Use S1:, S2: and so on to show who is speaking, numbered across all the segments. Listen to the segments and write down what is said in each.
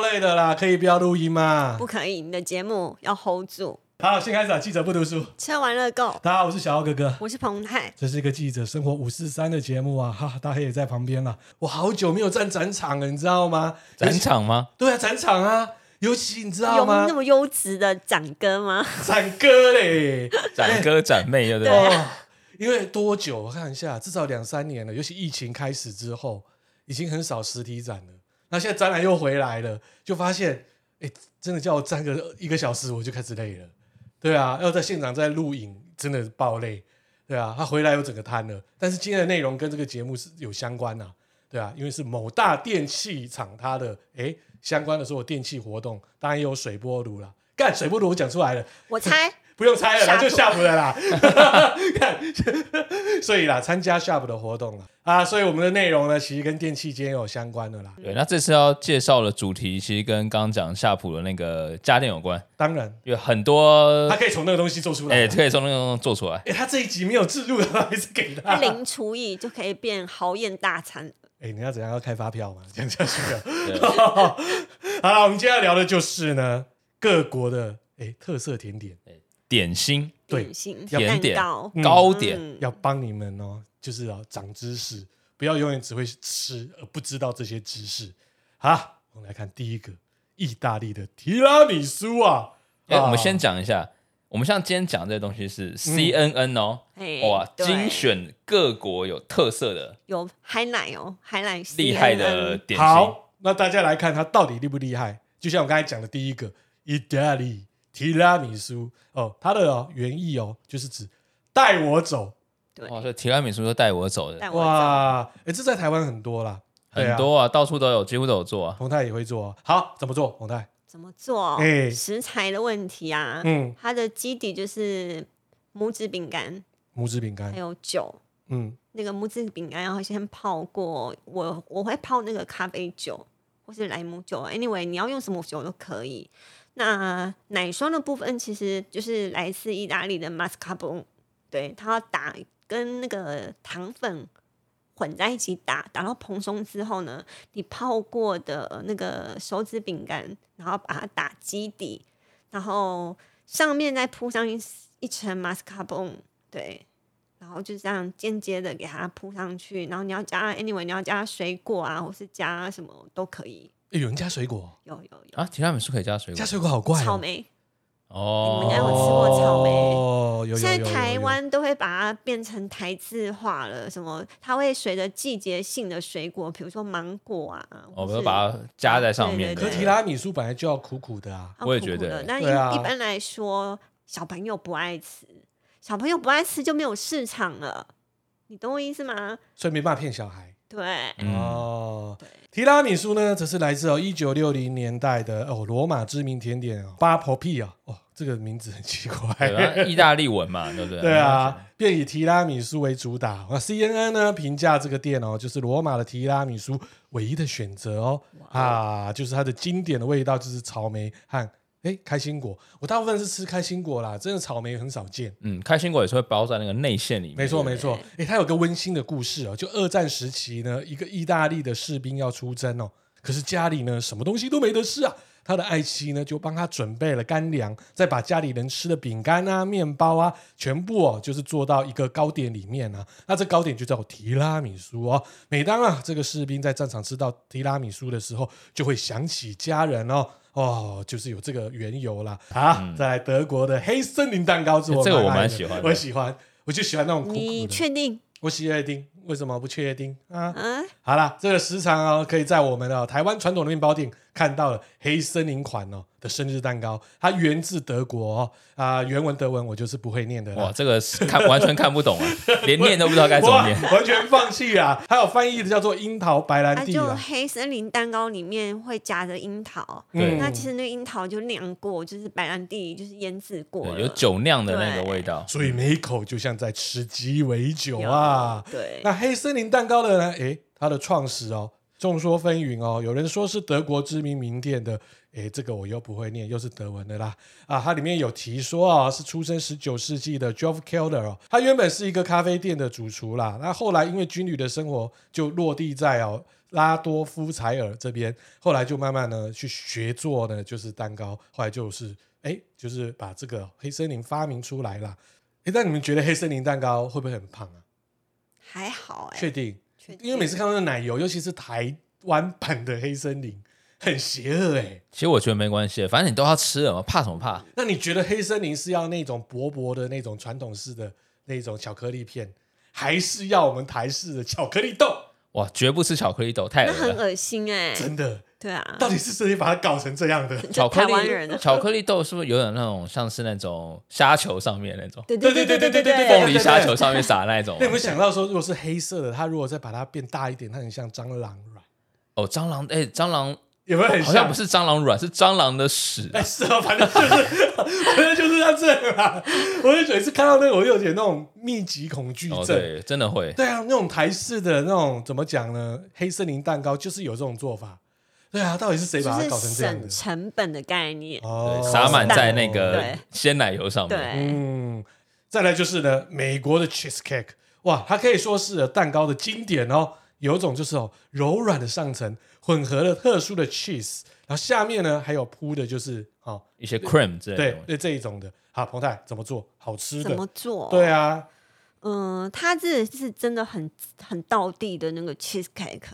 S1: 类的啦，可以不要录音吗？
S2: 不可以，你的节目要 hold 住。
S1: 好，先开始啊！记者不读书，
S2: 吃完了够，
S1: 大家好，我是小奥哥哥。
S2: 我是彭泰，
S1: 这是一个记者生活五四三的节目啊，哈，大黑也在旁边了。我好久没有站展场了，你知道吗？尤
S3: 展
S1: 其
S3: 场吗？
S1: 对啊，展场啊，尤其你知道
S2: 有
S1: 吗
S2: 那？么优质的长哥吗？
S1: 展哥嘞，
S3: 展哥展妹，对不
S2: 对
S3: 对？
S1: 哦，因为多久？我看一下，至少两三年了。尤其疫情开始之后，已经很少实体展了。那现在展览又回来了，就发现，哎，真的叫我站个一个小时，我就开始累了。对啊，要在现场再录影，真的爆累。对啊，他回来又整个瘫了。但是今天的内容跟这个节目是有相关呐、对啊，因为是某大电器厂它的哎相关的所有电器活动，当然也有水波炉啦。干水波炉我讲出来了，
S2: 我猜
S1: 不用猜了啦，
S2: Sharp
S1: 就下午了啦。 看， 所以啦，参加下午的活动了啊，所以我们的内容呢，其实跟电器间有相关的啦。
S3: 对，那这次要介绍的主题其实跟刚刚讲夏普的那个家电有关，
S1: 当然，
S3: 有很多
S1: 他可以从那个东西做出来。
S3: 哎，
S1: 呃哎、
S3: 可以从那种做出来。
S1: 他这一集没有置入的话，还是给他。
S2: 零厨艺就可以变豪宴大餐。
S1: 哎、你要怎样要开发票嘛？这样下去的。
S3: 对
S1: 好了，我们今天要聊的就是呢，各国的哎、特色甜点，
S3: 点心、
S1: 对
S2: 点心、
S1: 要
S2: 蛋
S3: 甜点
S2: 糕、
S3: 糕点，
S2: 嗯
S1: 要帮你们哦，就是要长知识，不要永远只会吃而不知道这些知识。好，我们来看第一个，意大利的提拉米苏啊。
S3: 哎，
S1: 啊
S3: 我们先讲一下，我们像今天讲这东西是 CNN 哦，
S2: 哎
S3: 哇，
S2: 对
S3: 精选各国有特色的
S2: 有海奶哦，海奶 CNN
S3: 厉害的点心。
S1: 好，那大家来看它到底厉不厉害？就像我刚才讲的第一个，意大利提拉米苏哦，它的、哦、原意哦，就是指带我走
S2: 对，
S3: 哇，这提拉米苏都带我走
S2: 带
S3: 的，
S2: 我走。
S1: 哇！哎，这在台湾很多啦，对
S3: 很
S1: 啊，
S3: 多啊，到处都有，几乎都有做啊。
S1: 彭泰也会做、哦。好，怎么做？彭泰，
S2: 怎么做？
S1: 哎
S2: 食材的问题啊，
S1: 嗯，
S2: 它的基底就是拇指饼干，
S1: 拇指饼干
S2: 还，有酒。
S1: 嗯，
S2: 那个拇指饼干啊要先泡过，我我会泡那个咖啡酒或是莱姆酒，anyway 啊你要用什么酒都可以。那奶霜的部分其实就是来自意大利的 mascarpone，对，它要打跟那个糖粉混在一起打，打到蓬松之后呢，你泡过的那个手指饼干，然后把它打基底，然后上面再铺上一一层 mascarpone，对，然后就这样间接的给它铺上去，然后你要加 anyway 你要加水果啊，或是加什么都可以，
S1: 诶哎有人加水果，
S2: 有有有，
S3: 啊，提拉米苏可以加水果
S1: 加水果好怪、哦，
S2: 草莓，
S3: 哦
S2: 你们。家有吃过草莓
S1: 哦，有有有有有
S2: 现在台湾都会把它变成台字化了，什么它会随着季节性的水果，比如说芒果啊，
S1: 哦
S2: 或
S3: 我们
S2: 是
S3: 都把它加在上
S2: 对
S3: 面的。
S1: 可
S2: 对
S1: 提拉米苏本来就要苦苦的啊，
S2: 它
S3: 我也
S2: 苦
S3: 觉
S2: 苦
S3: 得
S2: 的
S3: 欸
S2: 那一、
S1: 对啊
S2: 一般来说，小朋友不爱吃，小朋友不爱吃就没有市场了，你懂我意思吗？
S1: 所以没办法骗小孩。
S2: 对，
S3: 嗯，
S1: 哦，提拉米苏呢，则是来自哦一九六零年代的哦罗马知名甜点哦巴婆屁啊，哦这个名字很奇
S3: 对
S1: 怪。
S3: 然后意大利文嘛，对不对？
S1: 对啊，便以提拉米苏为主打。那 CNN 呢评价这个店哦，就是罗马的提拉米苏唯一的选择哦啊，就是它的经典的味道就是草莓和哎开心果。我大部分是吃开心果啦，真的草莓很少见。
S3: 嗯，开心果也是会包在那个内馅里面。
S1: 没错，没
S3: 错。
S1: 错。诶，它有个温馨的故事哦，就二战时期呢，一个意大利的士兵要出征哦，可是家里呢什么东西都没得吃啊。他的爱妻呢就帮他准备了干粮，再把家里能吃的饼干啊、面包啊，全部哦就是做到一个糕点里面啊。那这糕点就叫提拉米苏哦。每当啊这个士兵在战场吃到提拉米苏的时候，就会想起家人哦。哦，就是有这个缘由啦。啊，再来德国的黑森林蛋糕是我
S3: 嗯这个我
S1: 爱
S3: 蛮
S1: 的
S3: 喜欢的
S1: 我喜欢，我就喜欢那种苦苦
S2: 你
S1: 的。
S2: 确定？
S1: 我喜确定，为什么不确定啊？
S2: 嗯，
S1: 好啦，这个时常哦，可以在我们的、哦、台湾传统的面包店看到了黑森林款哦的生日蛋糕，它源自德国哦啊、原文德文我就是不会念的
S3: 哇，
S1: 啦。
S3: 这个是看完全看 不懂啊，连念都不知道该怎么
S1: 哇
S3: 念。，
S1: 完全放弃啊！还有翻译的叫做樱桃白
S2: 它
S1: 兰地
S2: 啊
S1: 啊
S2: 就
S1: 啦。
S2: 黑森林蛋糕里面会夹着樱桃，
S3: 对
S2: 那
S1: 嗯
S2: 其实那个樱桃就酿过，就是白兰地，就是腌制过了
S3: 对有酒酿的那个味道，
S1: 所以每一口就像在吃鸡尾酒啊。
S2: 有对，
S1: 那黑森林蛋糕的呢？诶，它的创始哦，众说纷纭哦。有人说是德国知名名店的，诶，这个我又不会念，又是德文的啦。啊，它里面有提说啊、是出生十九世纪的 Geoff Keller 哦，他原本是一个咖啡店的主厨啦。那后来因为军旅的生活，就落地在哦拉多夫采尔这边，后来就慢慢呢去学做呢，就是蛋糕，后来就是哎，就是把这个黑森林发明出来啦。哎，但你们觉得黑森林蛋糕会不会很胖啊？
S2: 还好哎、
S1: 确定？
S2: 确定
S1: 因为每次看到那奶油，尤其是台湾版的黑森林，很邪恶哎、
S3: 其实我觉得没关系，反正你都要吃了嘛，怕什么怕？
S1: 那你觉得黑森林是要那种薄薄的那种传统式的那种巧克力片，还是要我们台式的巧克力豆？
S3: 哇，绝不吃巧克力豆，太
S2: 那
S3: 恶
S2: 很
S3: 了。
S2: 恶心哎、
S1: 真的，
S2: 对啊，
S1: 到底是谁把它搞成这样的？
S3: 巧克
S2: 台湾人
S3: 力
S2: 啊
S3: 巧克力豆是不是有点那种像是那种虾球上面那种
S2: 对
S1: 对
S2: 对
S1: 对对
S2: 对
S1: 对对
S3: 凤
S2: 对，
S3: 梨虾球上面撒那种啊
S1: 那？有没有想到说，如果是黑色的，它如果再把它变大一点，它很像蟑螂卵，
S3: 哦，蟑螂哎，蟑螂
S1: 有没有很
S3: 好像不？是蟑螂卵，是蟑螂的屎
S1: 哎，是啊，反正就是，反正就是像这样啦。我就每次看到那个，我就有点那种密集恐惧
S3: 哦，
S1: 症。
S3: 对，真的会。
S1: 对啊，那种台式的那种怎么讲呢？黑森林蛋糕就是有这种做法。对啊，到底是谁把它
S2: 就
S1: 搞
S2: 是
S1: 成这样的
S2: 省？成本的概念，
S1: 哦
S3: 对，撒满在那
S1: 对
S3: 个
S2: 对
S3: 鲜奶油上面。
S2: 对，
S1: 嗯，再来就是呢，美国的 cheesecake，哇，它可以说是蛋糕的经典哦。有一种就是哦，柔软的上层混合了特殊的 cheese，然后下面呢还有铺的就是哦，
S3: 一些 cream 之类的
S1: 对
S3: 东西。
S1: 对这一种的。好，彭泰怎么做？好吃
S2: 怎
S1: 的
S2: 么，做？
S1: 对啊，
S2: 嗯，它这是真的很很道地的那个 cheesecake，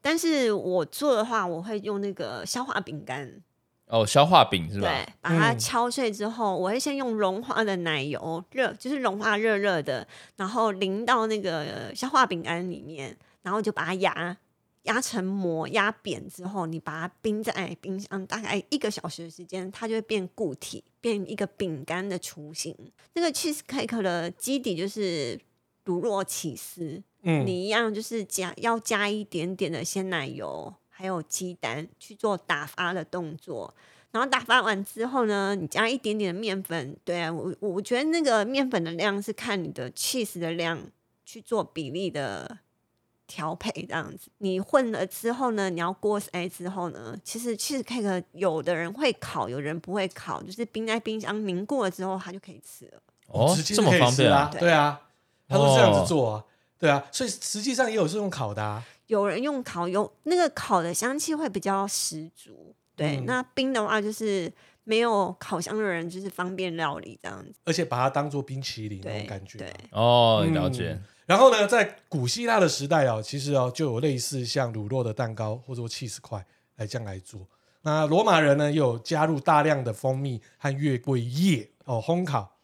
S2: 但是我做的话，我会用那个消化饼干，
S3: 哦，消化饼是吧
S2: 对？，把它
S1: 嗯
S2: 敲碎之后，我会先用融化的奶油热，就是融化热热的，然后淋到那个消化饼干里面，然后就把它压压成膜，压扁之后，你把它冰在冰箱大概一个小时的时间，它就会变固体，变一个饼干的雏形。那个 cheesecake 的基底就是乳酪起司，
S1: 嗯，
S2: 你一样就是加要加一点点的鲜奶油，还有鸡蛋去做打发的动作。然后打发完之后呢，你加一点点的面粉，对啊，我我觉得那个面粉的量是看你的 cheese 的量去做比例的调配，这样子。你混了之后呢，你要过筛之后呢，其实 cheesecake 有的人会烤，有人不会烤，就是冰在冰箱凝固了之后，它就可以吃了。
S3: 哦
S1: 直，接
S3: 这么
S1: 可以
S3: 方
S1: 吃
S3: 便
S1: 啊，
S2: 对
S1: 对啊，他都这样子
S3: 哦
S1: 做啊，对啊，所以实际上也有这种烤的啊，
S2: 有人用烤，有那个烤的香气会比较十足。对，
S1: 嗯
S2: 那冰的话就是没有烤箱的人就是方便料理这样子。
S1: 而且把它当做冰淇淋那
S2: 对
S1: 种感觉啊，
S2: 对，
S3: 哦，了解
S1: 嗯。然后呢，在古希腊的时代哦，其实哦就有类似像乳酪的蛋糕或者说 cheese 块来这样来做。那罗马人呢，又有加入大量的蜂蜜和月桂叶哦烘烤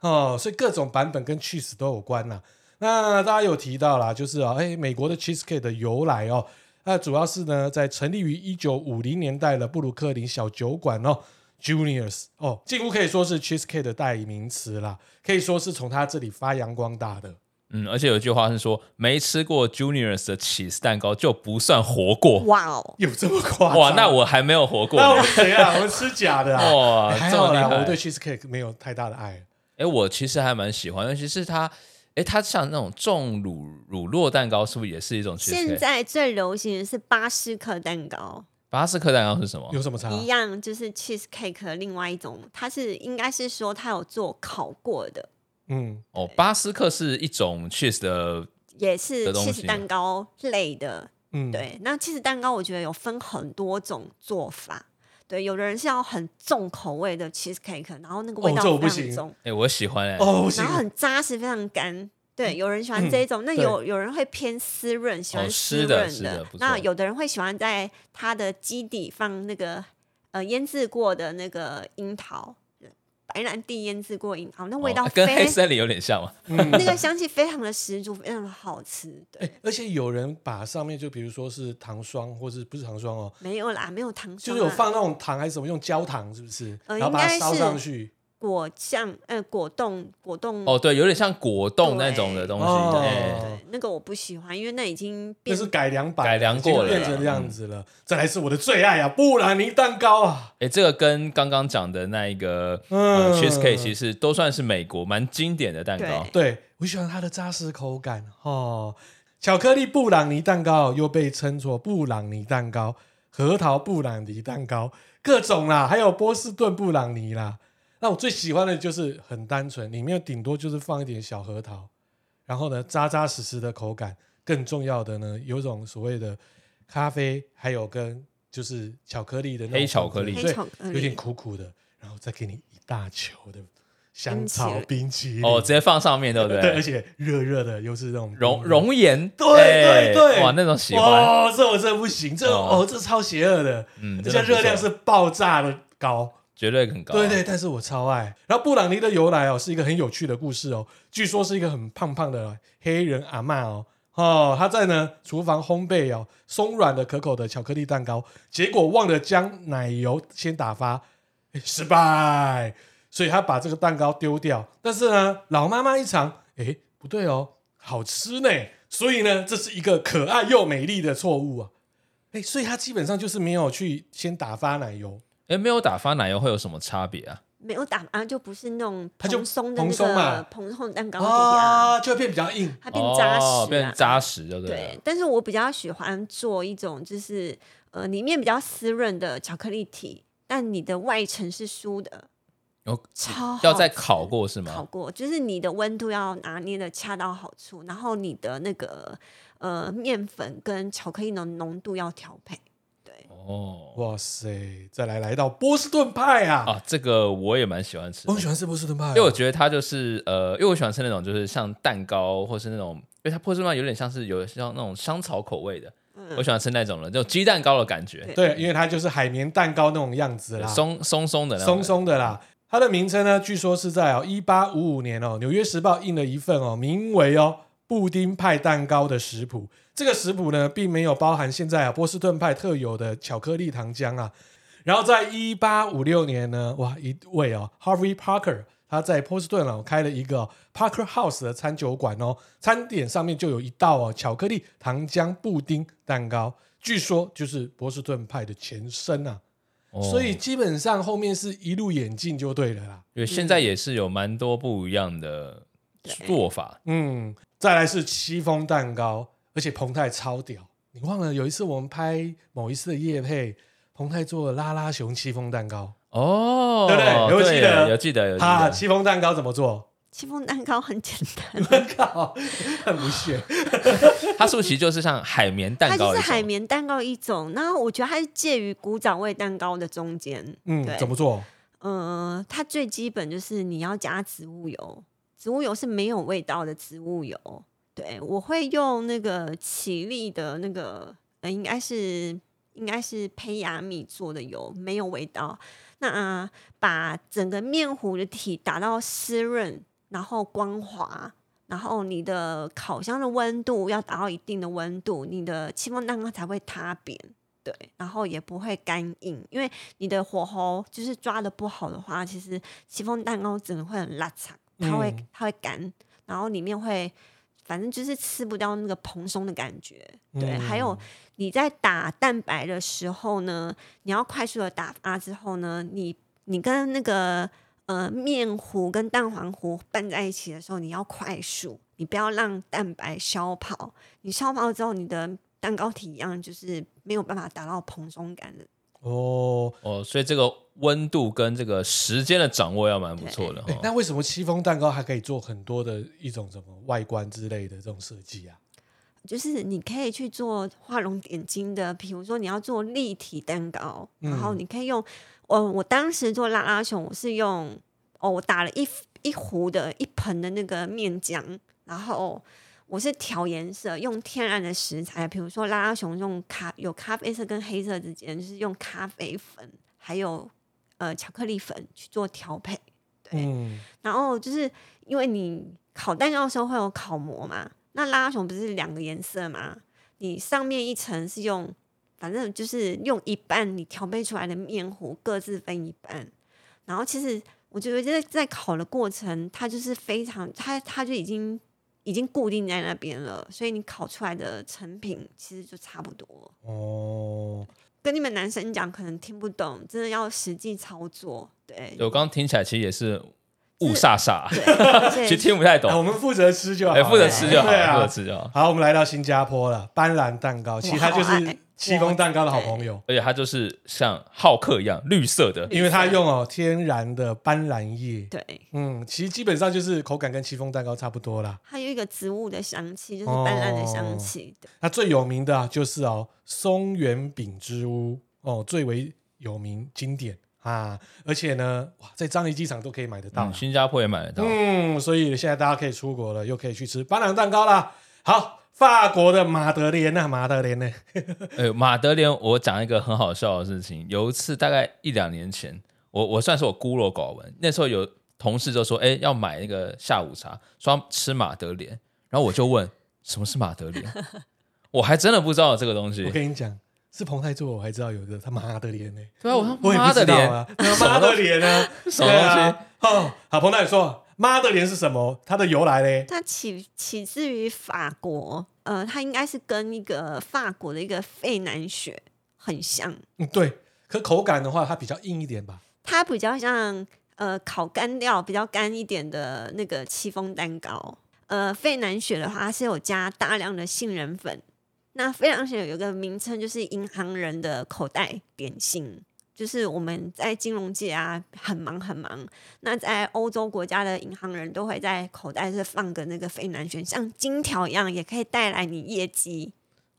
S1: 哦，所以各种版本跟 cheese 都有关啦。那大家有提到啦，就是哦，哎，美国的 cheesecake 的由来哦，那主要是呢，在成立于一九五零年代的布鲁克林小酒馆哦，Juniors 哦，几乎可以说是 cheesecake 的代名词啦，可以说是从他这里发扬光大的。
S3: 嗯，而且有一句话是说，没吃过 Juniors 的起司蛋糕就不算活过。
S2: 哇哦，
S1: 有这么夸张？
S3: 哇，那我还没有活过
S1: 那我
S3: 呢。
S1: 们谁啊？我们吃假的 啊？
S3: 哇，
S1: 还
S3: 这
S1: 好
S3: 么厉
S1: 啦，我
S3: 害
S1: 对！cheesecake 没有太大的爱。
S3: 哎，我其实还蛮喜欢，尤其是它，哎，它像那种重乳乳酪蛋糕，是不是也是一种 cheesecake？
S2: 现在最流行的是巴斯克蛋糕，
S3: 巴斯克蛋糕是什么？
S1: 有什么差？
S2: 一样就是 cheesecake 的另外一种，它是应该是说它有做烤过的，
S1: 嗯，
S3: 哦，巴斯克是一种 cheese 的，
S2: 也是
S3: 的东西
S2: cheese 蛋糕类的。
S1: 嗯，
S2: 对，那 cheese 蛋糕我觉得有分很多种做法。对，有的人是要很重口味的 cheesecake，然后那个味
S1: 哦
S2: 道
S1: 这我不
S2: 非常
S1: 行
S2: 重，
S3: 哎，我喜欢哎。
S1: 哦，不行
S2: 然，后很扎实，非常干。对，有人喜欢这一种，那
S1: 嗯对
S2: 有有人会偏湿润，喜
S3: 哦
S2: 欢
S3: 湿
S2: 湿
S3: 的
S2: 润
S3: 湿的不
S2: 那
S3: 错
S2: 有的人会喜欢在它的基底放那个呃腌制过的那个樱桃，白兰地腌制过樱桃，那味道
S3: 哦
S2: 非、
S3: 跟黑森林有点像嘛。
S2: 那个香气非常的十足，非常的好吃。
S1: 嗯
S2: 对，
S1: 哎，而且有人把上面就比如说是糖霜，或是不是糖霜哦，
S2: 没有啦，没有糖
S1: 就
S2: 霜、
S1: 是
S2: 啊，
S1: 有放那种糖还是什么，用焦糖是不是？
S2: 呃
S1: 然后把它
S2: 应该
S1: 烧
S2: 是
S1: 上去。
S2: 果酱，呃，果冻，果冻。
S3: 哦，对，有点像果冻那种的东
S1: 对
S3: 西。哎
S1: 哦
S2: 对，那个我不喜欢，因为那已经
S1: 那
S2: 变
S1: 是改良版，
S3: 改良过
S1: 已经
S3: 了
S1: 变成这样子了。再来是我的最爱啊，布兰妮蛋糕啊，
S3: 哎，这个跟刚刚讲的那一个
S1: 嗯
S3: 呃 cheesecake 其实都算是美国蛮经典的蛋糕
S2: 对。
S1: 对，我喜欢它的扎实口感哦。巧克力布朗尼蛋糕又被称作布朗尼蛋糕、核桃布朗尼蛋糕，各种啦，还有波士顿布朗尼啦。那我最喜欢的就是很单纯，里面顶多就是放一点小核桃，然后呢，扎扎实实的口感。更重要的呢，有一种所谓的咖啡，还有跟就是巧克力的那种
S3: 黑巧克力
S1: 所以
S2: 黑巧克力
S1: 有点苦苦的，然后再给你一大球的香草冰淇淋，
S3: 哦，直接放上面，对不
S1: 对，而且热热的，又是那种
S3: 熔熔岩，
S1: 对对对
S3: 哎哇，那种喜欢，
S1: 哦，这我真的不行，这
S3: 哦
S1: 哦这超邪恶的，
S3: 嗯
S1: 而
S3: 真的
S1: 且
S3: 不错
S1: 热量是爆炸的高。
S3: 绝对很高，啊
S1: 对对，，但是我超爱。然后布朗尼的由来哦，是一个很有趣的故事哦。据说是一个很胖胖的黑人阿嬷哦，哦，她在呢厨房烘焙哦松软的可口的巧克力蛋糕，结果忘了将奶油先打发，诶失败，所以她把这个蛋糕丢掉。但是呢，老妈妈一尝，哎，不对哦，好吃呢。所以呢，这是一个可爱又美丽的错误啊。哎，所以她基本上就是没有去先打发奶油，
S3: 哎，没有打发奶油会有什么差别啊？
S2: 没有打啊，就不是那种
S1: 它就
S2: 蓬松的
S1: 蓬
S2: 那
S1: 松嘛
S2: 个蓬松蛋糕底啊，
S1: 哦，就会变比较硬。
S2: 它变扎实、
S3: 哦
S2: 啊，
S3: 变扎实，对不
S2: 对，但是我比较喜欢做一种就是呃里面比较湿润的巧克力体，但你的外层是酥的，
S3: 有
S2: 超好
S3: 嗯哦要再烤过是
S2: 烤
S3: 吗？
S2: 过，就是你的温度要拿捏的恰到好处，然后你的那个呃面粉跟巧克力的浓度要调配。对，
S3: 哦，
S1: 哇塞！再来来到波士顿派啊，
S3: 啊，这个我也蛮喜欢吃的，
S1: 我很喜欢吃波士顿派、啊，
S3: 因为我觉得它就是呃，因为我喜欢吃那种就是像蛋糕或是那种，因为它波士顿饭有点像是有像那种香草口味的，我喜欢吃那种的，那种鸡蛋糕的感觉，
S1: 嗯对，因为它就是海绵蛋糕那种样子啦，
S3: 松松松的那种
S1: 松松的啦。它的名称呢，据说是在哦一八五五年哦，《纽约时报》印了一份哦，名为哦布丁派蛋糕的食谱。这个食谱呢，并没有包含现在啊波士顿派特有的巧克力糖浆啊。然后在一八五六年呢，哇，一位哦 Harvey Parker。他在波士顿哦开了一个哦 Parker House 的餐酒馆哦，餐点上面就有一道哦巧克力糖浆布丁蛋糕，据说就是波士顿派的前身啊。
S3: 哦
S1: 所以基本上后面是一路演进就对了啦。
S3: 因为现在也是有蛮多不一样的
S2: 对
S3: 做法，
S1: 嗯，再来是戚风蛋糕，而且彭泰超屌。你忘了有一次我们拍某一次的夜配，彭泰做了拉拉熊戚风蛋糕
S3: 哦，
S1: 对不对有记得
S3: 有记得，有记
S1: 啊。
S3: 得。
S1: 戚风蛋糕怎么做？
S2: 戚风蛋糕很简单，
S1: 靠，很不屑。
S3: 它是不是其实就是像海绵蛋
S2: 它
S3: 糕
S2: 就
S3: 的
S2: 是
S3: 一种？
S2: 海绵蛋糕一种。那我觉得它是介于古早味蛋糕的中间。
S1: 嗯，
S2: 对
S1: 怎么做？
S2: 呃，它最基本就是你要加植物油，植物油是没有味道的植物油。对，我会用那个奇力的那个，呃，应该是应该是胚芽米做的油，没有味道。那、呃把整个面糊的体打到湿润，然后光滑，然后你的烤箱的温度要达到一定的温度，你的戚风蛋糕才会塌扁。对，然后也不会干硬，因为你的火候就是抓的不好的话，其实戚风蛋糕整个会很拉长，它会、
S1: 嗯
S2: 它会干，然后里面会反正就是吃不到那个蓬松的感觉。对，
S1: 嗯
S2: 还有你在打蛋白的时候呢，你要快速的打发之后呢，你你跟那个呃面糊跟蛋黄糊拌在一起的时候，你要快速，你不要让蛋白消泡。你消泡之后，你的蛋糕体一样就是没有办法达到蓬松感的。
S1: 哦，
S3: 哦，所以这个温度跟这个时间的掌握要蛮不错的
S1: 哎
S3: 哈。
S1: 那为什么戚风蛋糕还可以做很多的一种什么外观之类的这种设计啊？
S2: 就是你可以去做画龙点睛的，比如说你要做立体蛋糕，然后你可以用，哦，我当时做拉拉熊，我是用哦，我打了一一壶的一盆的那个面浆，然后我是调颜色，用天然的食材，比如说拉拉熊用咖有咖啡色跟黑色之间，就是用咖啡粉还有呃巧克力粉去做调配，
S1: 嗯，
S2: 然后就是因为你烤蛋糕的时候会有烤膜嘛，那拉拉熊不是两个颜色嘛？你上面一层是用，反正就是用一半你调配出来的面糊各自分一半，然后其实我觉得在在烤的过程，它就是非常它它就已经已经固定在那边了，所以你烤出来的成品其实就差不多。
S1: 哦，
S2: 跟你们男生讲可能听不懂，真的要实际操作。对，
S3: 对我刚刚听起来其实也是雾煞煞，
S2: 对，
S3: 其实听不太
S1: 哎我
S3: 懂，
S1: 们负责吃就好
S3: 哎，
S1: 了，
S3: 负责吃就好
S1: 对
S3: 了，负责
S1: 啊。
S3: 吃就好。
S1: 好，我们来到新加坡了，斑斓蛋糕，其实它就
S2: 我好
S1: 是
S2: 爱
S1: 戚风蛋糕的好朋友，
S3: 而且它就是像浩克一样绿色的，
S1: 因为它用哦天然的斑斓叶，
S2: 对，
S1: 嗯，其实基本上就是口感跟戚风蛋糕差不多啦。
S2: 还有一个植物的香气，就是斑斓的香气。对
S1: 那最有名的啊，就是哦松原饼之屋哦，最为有名经典啊，而且呢，哇，在樟宜机场都可以买得到啦
S3: 嗯，新加坡也买得到。
S1: 嗯，所以现在大家可以出国了，又可以去吃巴朗蛋糕啦。好，法国的马德莲啊，马德莲呢、
S3: 哎，马德莲，我讲一个很好笑的事情。有一次，大概一两年前，我我算是我孤陋寡闻。那时候有同事就说：“哎，要买那个下午茶，说要吃马德莲。”然后我就问：“什么是马德莲？” 我还真的不知道这个东西
S1: 我。跟你讲，是彭泰做，我还知道有一个他马德莲呢、
S3: 对啊，我说
S1: 我也
S3: 妈
S1: 不
S3: 的
S1: 知道
S3: 脸，
S1: 啊，马德莲啊，
S3: 什么东西
S1: 对啊哦，好，彭泰说，马德莲是什么？它的由来嘞？
S2: 它起起自于法国，呃，它应该是跟一个法国的一个费南雪很像，
S1: 嗯，对，可口感的话，它比较硬一点吧。
S2: 它比较像呃烤干料比较干一点的那个戚风蛋糕。呃，费南雪的话它是有加大量的杏仁粉。那费南雪有一个名称就是银行人的口袋点心，就是我们在金融界啊很忙很忙，那在欧洲国家的银行人都会在口袋是放个那个费南雪，像金条一样，也可以带来你业绩。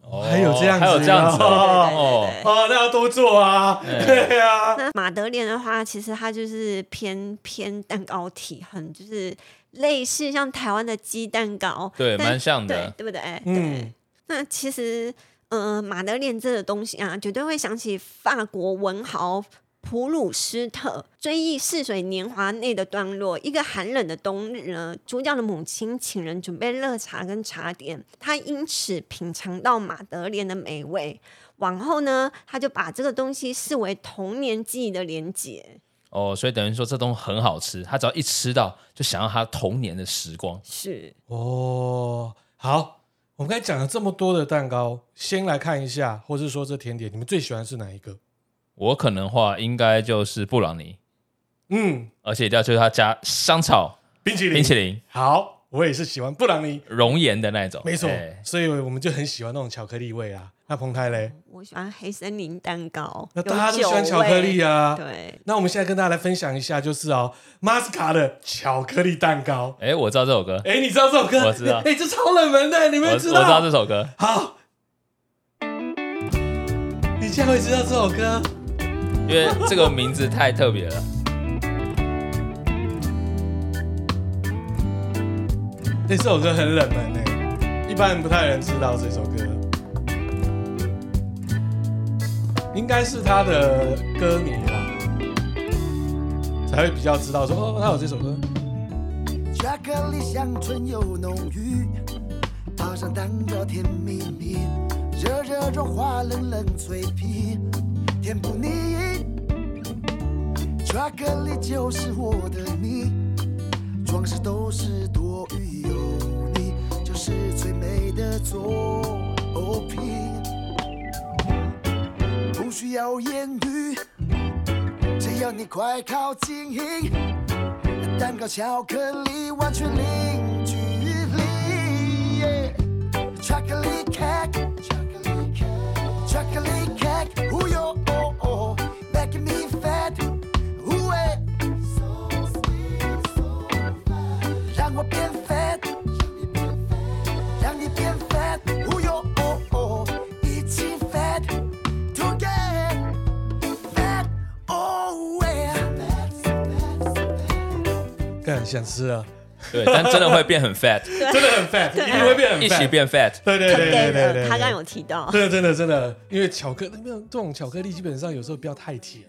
S3: 哦
S1: 还有这样子
S3: 还有这样子
S2: 对
S1: 哦
S3: 哦，
S2: 对对对
S1: 哦，那要多做啊，
S3: 哎
S1: 对啊，
S2: 那马德莲的话，其实它就是偏偏蛋糕体，很就是类似像台湾的鸡蛋糕，
S3: 对，
S2: 但
S3: 蛮像
S2: 对
S3: 的。
S2: 对不对？对。
S1: 嗯，
S2: 那其实，呃，马德莲这个东西啊，绝对会想起法国文豪普鲁斯特《追忆似水年华》内的段落。一个寒冷的冬日呢，主角的母亲请人准备热茶跟茶点，他因此品尝到马德莲的美味。往后呢，他就把这个东西视为童年记忆的连结。
S3: 哦，所以等于说这东西很好吃，他只要一吃到就想要他童年的时光。
S2: 是，
S1: 哦，好，我们刚才讲了这么多的蛋糕，先来看一下，或是说这甜点，你们最喜欢的是哪一个？
S3: 我可能的话应该就是布朗尼，
S1: 嗯，
S3: 而且一定要就是他加香草
S1: 冰淇淋，
S3: 冰淇淋，
S1: 好，我也是喜欢布朗尼，
S3: 熔岩的那种。
S1: 没错，
S3: 哎
S1: 所以我们就很喜欢那种巧克力味啊。那彭太嘞，
S2: 我喜欢黑森林蛋糕，
S1: 那
S2: 有
S1: 大家都喜
S2: 酒
S1: 欢巧克力
S2: 味。
S1: 啊。
S2: 对，
S1: 那我们现在跟大家来分享一下，就是哦，马斯卡的巧克力蛋糕。
S3: 哎，我知道这首歌，
S1: 哎，你知道这首歌？
S3: 我知道
S1: 哎，这超冷门的，你
S3: 我
S1: 们
S3: 我
S1: 也
S3: 知
S1: 道？
S3: 道这首歌，
S1: 好，你竟然会知道这首歌？
S3: 因为这个名字太特别了。
S1: 哎，这首歌很冷门哎，一般人不太能知道这首歌。应该是他的歌迷吧，才会比较知道说哦，他有这首歌。
S4: 巧克力香醇又浓郁，泡上蛋糕甜蜜蜜，热热融化冷冷脆皮，甜不腻。巧克力就是我的你，装饰都是多余有你，就是最美的作品。不需要言语，只要你快靠近。蛋糕、巧克力完全零距离。耶 Chocolate cake, chocolate cake, chocolate cake. Ooh yo oh oh, making me fat. Ooh eh. So sweet, so fat. 让我变 fat，让你变 fat. Ooh yo oh oh, 一起 fat together. Fat oh yeah. fat, fat.
S1: 更想吃了，
S3: 对，但真的会变很 fat，
S1: 真的很 fat，一定会 变很 fat，
S3: 一起，变 fat。
S1: 对对对对对对，
S2: 呃他刚刚有提到，
S1: 真的 真的真的，因为巧克力那种这种巧克力基本上有时候不要太甜，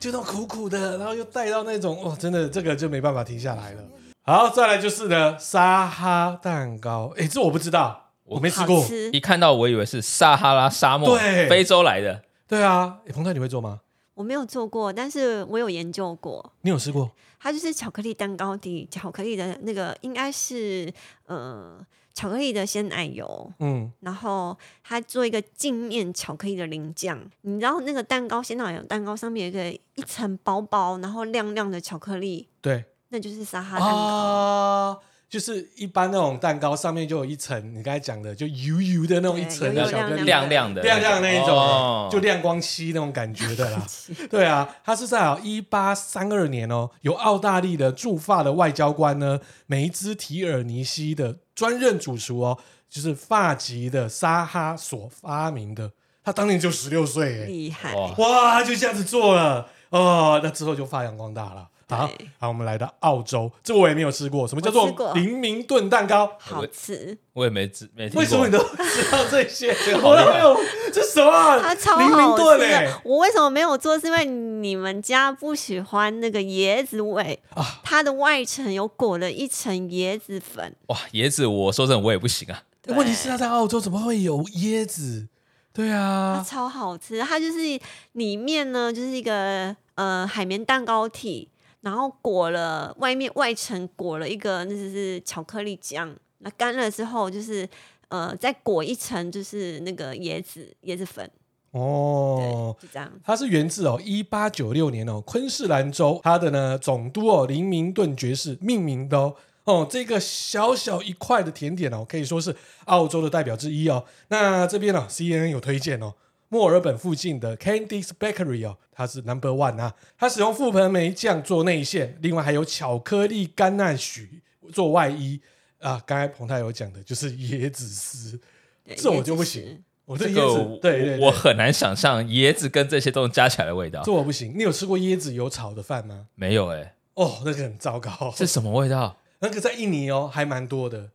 S1: 就那种苦苦的，然后又带到那种哇，真的这个就没办法停下来了。好，再来就是呢，沙哈蛋糕，哎，这我不知道，我没吃
S2: 好
S1: 过。
S2: 吃
S3: 一。看到我以为是撒哈拉沙漠，
S1: 对
S3: 非洲来的。
S1: 对啊，诶彭泰你会做吗？
S2: 我没有做过，但是我有研究过，
S1: 你有吃过？
S2: 它就是巧克力蛋糕底，巧克力的那个应该是呃巧克力的鲜奶油，
S1: 嗯，
S2: 然后它做一个镜面巧克力的淋酱，你知道那个蛋糕鲜奶油蛋糕上面有一个一层薄薄然后亮亮的巧克力，
S1: 对
S3: 哦
S2: 那就是撒哈蛋糕。
S1: 啊，就是一般那种蛋糕上面就有一层你刚才讲的，就油油的那种一层的
S2: 对油油
S1: 巧克力，
S3: 亮亮的，
S1: 亮亮那一种
S3: 哦
S1: 的，就亮光漆那种感觉的啦。 对啊，他是在啊一八三二年哦，由澳大利的驻法的外交官呢梅兹提尔尼西的专任主厨哦，就是法籍的沙哈所发明的。他当年就十六岁哎，
S2: 厉害，
S3: 哇
S1: 哇，他就这样子做了哦，那之后就发扬光大了。好
S2: 对，
S1: 好，我们来到澳洲，这我也没有吃过，什么叫做
S2: 我吃过
S1: 林明顿蛋糕？
S2: 好吃，
S3: 我也没知没听过。
S1: 为什么你都知道这 些？
S3: 好
S1: 我
S3: 厉害
S1: 都没有，这什么 啊？
S2: 它超
S1: 林明
S2: 好
S1: 顿
S2: 吃
S1: 哎、
S2: 的。我为什么没有做？是因为你们家不喜欢那个椰子味，
S1: 啊
S2: 它的外层有裹了一层椰子粉。
S3: 哇，椰子，我说真的，我也不行啊。
S2: 对
S1: 问题是他在澳洲怎么会有椰子？对
S2: 它
S1: 啊，
S2: 超好吃，它就是里面呢就是一个呃海绵蛋糕体，然后裹了外面外层裹了一个那就是巧克力酱，那干了之后就是呃再裹一层就是那个椰子椰子粉，
S1: 哦，
S2: 就这样。
S1: 它是源自哦一八九六年哦昆士兰州，它的呢总督哦林明顿爵士命名的哦。哦，这个小小一块的甜点哦，可以说是澳洲的代表之一哦。那这边呢、CNN 有推荐哦，墨尔本附近的 Candice Bakery 哦，它是 Number One 啊，它使用覆盆梅酱做内馅，另外还有巧克力甘纳许做外衣啊。刚才彭太有讲的就是椰子丝，
S2: 对
S1: 这我
S2: 椰
S1: 就
S2: 子
S1: 不
S2: 丝
S1: 行，我对
S3: 这
S1: 椰
S3: 个
S1: 子
S3: 我，
S1: 对对对
S3: 我很难想象椰子跟这些东西加起来的味道
S1: 这。我不行。你有吃过椰子油炒的饭吗？
S3: 没有哎，
S1: 哦，那个很糟糕。
S3: 是什么味道？
S1: 那个在印尼哦，还蛮多的，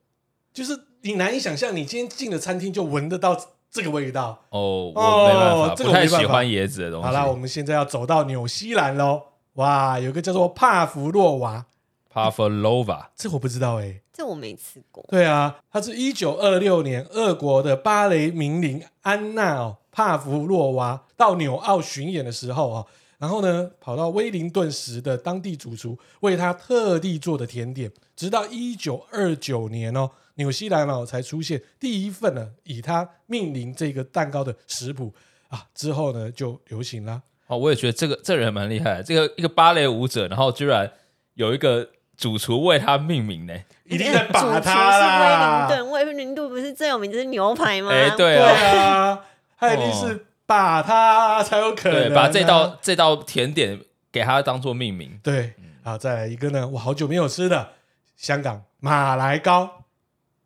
S1: 就是你难以想象，你今天进了餐厅就闻得到这个味道。
S3: 哦，我
S1: 哦
S3: 没办法，
S1: 这个
S3: 不
S1: 我没
S3: 太
S1: 办法
S3: 喜欢椰子的东西。
S1: 好啦，我们现在要走到纽西兰喽。哇，有个叫做帕弗洛娃，
S3: Pavlova
S1: 这我不知道哎、
S2: 这我没吃过。
S1: 对啊，它是一九二六年俄国的芭蕾名伶安娜哦帕夫洛娃到纽奥巡演的时候哦，然后呢跑到威灵顿时的当地主厨为她特地做的甜点，直到一九二九年哦，纽西兰哦才出现第一份呢以她命名这个蛋糕的食谱啊，之后呢就流行啦。
S3: 哦，我也觉得这个这人蛮厉害的，这个一个芭蕾舞者，然后居然有一个主厨为他命名呢。
S1: 一定在
S2: 主
S1: 把
S2: 厨
S1: 它啦，
S2: 是威灵顿，威灵顿不是最有名就是牛排吗？
S3: 哎
S1: 对
S3: 对啊
S1: 啊，他一定
S2: 哦
S1: 是把它才有可能啊、
S3: 对，把这道这道甜点给他当做命名。
S1: 对，好，再来一个呢，我好久没有吃的香港马来糕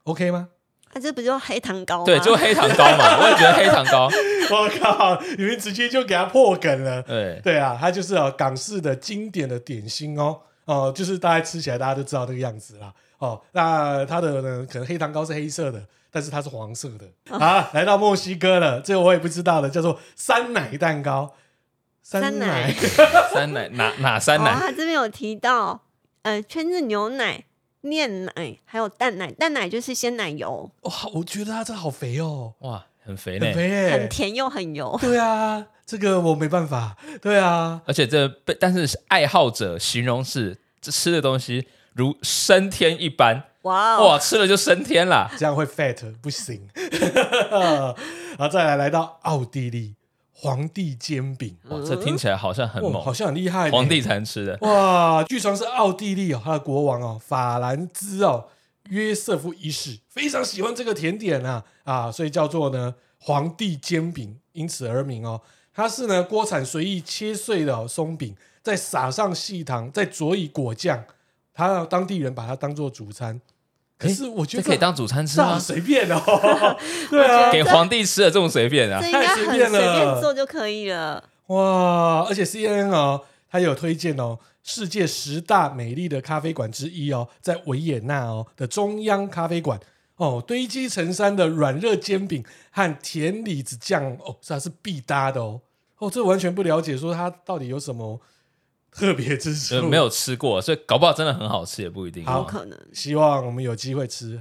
S1: ，OK 吗？
S2: 啊，这不就黑糖糕吗？
S3: 对，就黑糖糕嘛，我也觉得黑糖糕。
S1: 我靠，你们直接就给它破梗了。
S3: 对，
S1: 对啊，它就是、哦、港式的经典的点心哦，哦、就是大家吃起来大家都知道那个样子啦。哦，那它的呢，可能黑糖糕是黑色的，但是它是黄色
S3: 哦
S1: 的。啊，来到墨西哥了，这个我也不知道的，叫做酸奶蛋糕。
S2: 酸奶
S3: 酸奶哪哪酸
S2: 哦，
S3: 奶？
S2: 他这边有提到，呃，圈子牛奶、炼奶还有蛋奶，蛋奶就是鲜奶油，
S1: 哇，我觉得它这好肥哦，
S3: 哇，很肥
S1: 很
S3: 呢。
S1: 肥耶、
S2: 很甜又很油。
S1: 对啊，这个我没办法。对啊，
S3: 而且这被但是爱好者形容是这吃的东西如升天一般，
S2: 哇哦，
S3: 哇，吃了就升天啦。
S1: 这样会 fat 不行。 然后再来来到奥地利皇帝煎饼，
S2: 嗯
S3: 哇，这听起来好像很
S1: 哇，
S3: 猛
S1: 好，像很厉害呢。
S3: 皇帝才能吃的。
S1: 哇，据传是奥地利哦，他的国王哦，法兰兹哦，约瑟夫一世非常喜欢这个甜点啊啊，所以叫做呢皇帝煎饼，因此而名哦。它是呢锅铲随意切碎的、哦、松饼，再撒上细糖，再佐以果酱，他当地人把它当做主餐。可是我觉
S3: 这
S1: 得
S3: 可 以当主餐吃
S1: 这好
S3: 吗？
S1: 随便哦， 对啊，
S3: 给皇帝吃的这么随便啊
S2: 这？应该
S1: 太
S2: 很
S1: 随
S2: 随
S1: 便了
S2: 便做就可以了。
S1: 哇！而且 CNN 哦，它有推荐哦，世界十大美丽的咖啡馆之一哦，在维也纳哦的中央咖啡馆哦，堆积成山的软热煎饼和甜李子酱哦，这还是必搭的哦。哦，这完全不了解，说它到底有什么特别之
S3: 呃
S1: 处？
S3: 没有吃过，所以搞不好真的很好吃也不一定。哦
S2: 有
S1: 好
S2: 可能
S1: 希望我们有机会吃。